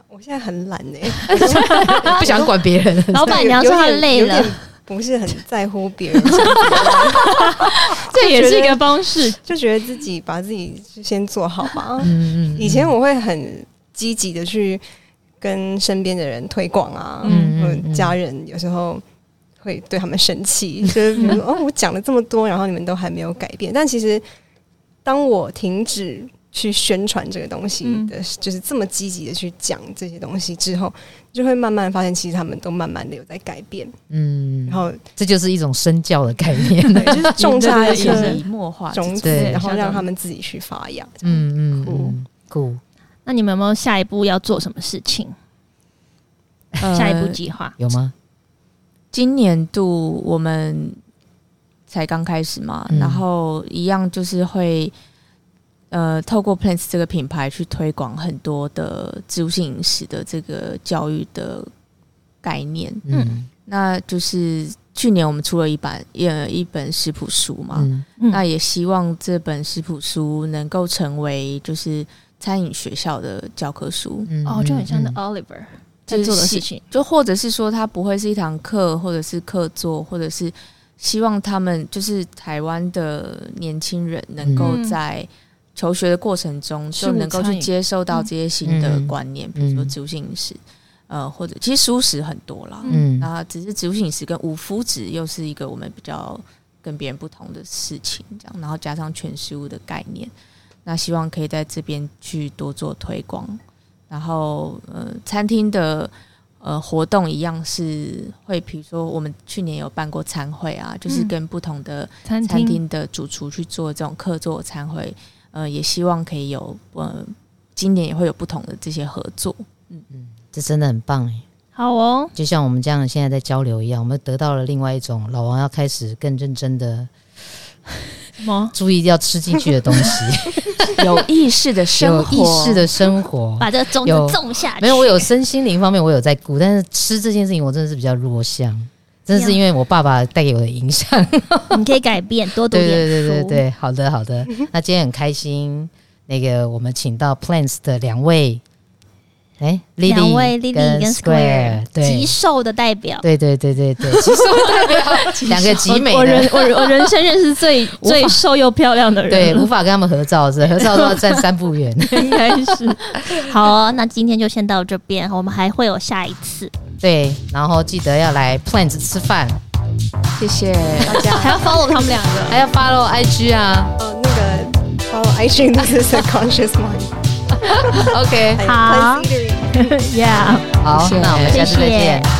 Speaker 4: 我现在很懒欸 呢、
Speaker 1: 不想管别人。
Speaker 2: 老板娘说她累
Speaker 4: 有
Speaker 2: 了
Speaker 4: 点，不是很在乎别人，
Speaker 2: 这也是一个方式。
Speaker 4: 就觉得自己把自己先做好吧。
Speaker 1: 嗯嗯嗯
Speaker 4: 以前我会很积极的去跟身边的人推广啊，
Speaker 1: 嗯
Speaker 4: 我
Speaker 1: 嗯嗯
Speaker 4: 家人有时候会对他们生气，就是比如说哦，我讲了这么多，然后你们都还没有改变。但其实，当我停止去宣传这个东西
Speaker 2: 嗯
Speaker 4: 的，就是这么积极的去讲这些东西之后，就会慢慢发现，其实他们都慢慢的有在改变。
Speaker 1: 嗯，
Speaker 4: 然后，
Speaker 1: 这就是一种身教的概念。
Speaker 4: 对，就是种下一
Speaker 3: 对对对
Speaker 4: 颗
Speaker 3: 潜移默化之
Speaker 4: 种
Speaker 3: 中，
Speaker 4: 子，
Speaker 1: 对
Speaker 4: 然后让他们自己去发芽。
Speaker 1: 嗯嗯
Speaker 3: 酷
Speaker 1: 嗯，酷，
Speaker 2: 那你们有没有下一步要做什么事情？
Speaker 3: 呃
Speaker 2: 下一步计划？
Speaker 1: 有吗？
Speaker 3: 今年度我们才刚开始嘛，
Speaker 1: 嗯
Speaker 3: 然后一样就是会呃透过 Plants 这个品牌去推广很多的植物性饮食的这个教育的概念。
Speaker 1: 嗯
Speaker 3: 那就是去年我们出了一版呃一本食谱书嘛，
Speaker 1: 嗯
Speaker 2: 嗯
Speaker 3: 那也希望这本食谱书能够成为就是餐饮学校的教科书。
Speaker 1: 嗯
Speaker 2: 哦，就很像那
Speaker 1: 嗯
Speaker 2: Oliver 在
Speaker 3: 就是
Speaker 2: 做的事
Speaker 3: 细
Speaker 2: 情，
Speaker 3: 就或者是说它不会是一堂课，或者是课座，或者是希望他们就是台湾的年轻人能够
Speaker 2: 嗯
Speaker 3: 在求学的过程中
Speaker 2: 是
Speaker 3: 就能够
Speaker 2: 午餐
Speaker 3: 去
Speaker 2: 饮
Speaker 3: 接受
Speaker 2: 嗯
Speaker 3: 到这些新的
Speaker 1: 嗯
Speaker 3: 观念，比如说
Speaker 1: 嗯
Speaker 3: 植物性饮食，呃，或者其实素食很多啦，
Speaker 1: 嗯
Speaker 3: 那只是植物性饮食跟无麸质又是一个我们比较跟别人不同的事情，这样，然后加上全食物的概念，那希望可以在这边去多做推广。然后，呃，餐厅的呃活动一样是会，比如说我们去年有办过餐会啊，就是
Speaker 2: 嗯
Speaker 3: 跟不同的
Speaker 2: 餐
Speaker 1: 嗯
Speaker 3: 餐
Speaker 2: 厅
Speaker 3: 厅的主厨去做这种客座餐会，呃，也希望可以有，呃，今年也会有不同的这些合 作。
Speaker 1: 这真的很棒哎。
Speaker 2: 好哦，
Speaker 1: 就像我们这样现在在交流一样，我们得到了另外一种老王要开始更认真的
Speaker 2: 什么？
Speaker 1: 注意要吃进去的东西，
Speaker 3: 有意识的生
Speaker 1: 有
Speaker 3: 活，
Speaker 1: 意识的生活。
Speaker 2: 把这个种子
Speaker 1: 哦有
Speaker 2: 种下去。
Speaker 1: 没有，我有身心灵方面我有在顾，但是吃这件事情我真的是比较弱项，真的是因为我爸爸带给我的影响。
Speaker 2: 你可以改变，多读
Speaker 1: 对
Speaker 2: 点
Speaker 1: 对对
Speaker 2: 书。
Speaker 1: 对对，好的好 的。那今天很开心，那个我们请到 Plants 的两位，哎，Lily
Speaker 2: 两位 Lily 跟 Square 极
Speaker 1: 对
Speaker 2: 瘦的代表，
Speaker 1: 对对对对 对，极瘦代表两个极美
Speaker 2: 我
Speaker 1: 的
Speaker 2: 人。我人我人生认识最最瘦又漂亮的人，
Speaker 1: 对，无，法跟他们合照，是合照都要站三步远。
Speaker 2: 应该是。好、哦，那今天就先到这边，我们还会有下一 次，
Speaker 1: 对，然后记得要来 Plants 吃饭，
Speaker 3: 谢谢大家。
Speaker 2: 还要 follow 他们两个。
Speaker 1: 还要 follow IG 啊。
Speaker 4: 哦，那个 follow IG 那是 subconscious mind，
Speaker 1: OK，
Speaker 4: 还有
Speaker 2: 好
Speaker 4: Plants Eatery
Speaker 2: 呀，
Speaker 1: 好，
Speaker 3: 谢谢
Speaker 1: 那我们下次再
Speaker 2: 谢谢
Speaker 1: 见，拜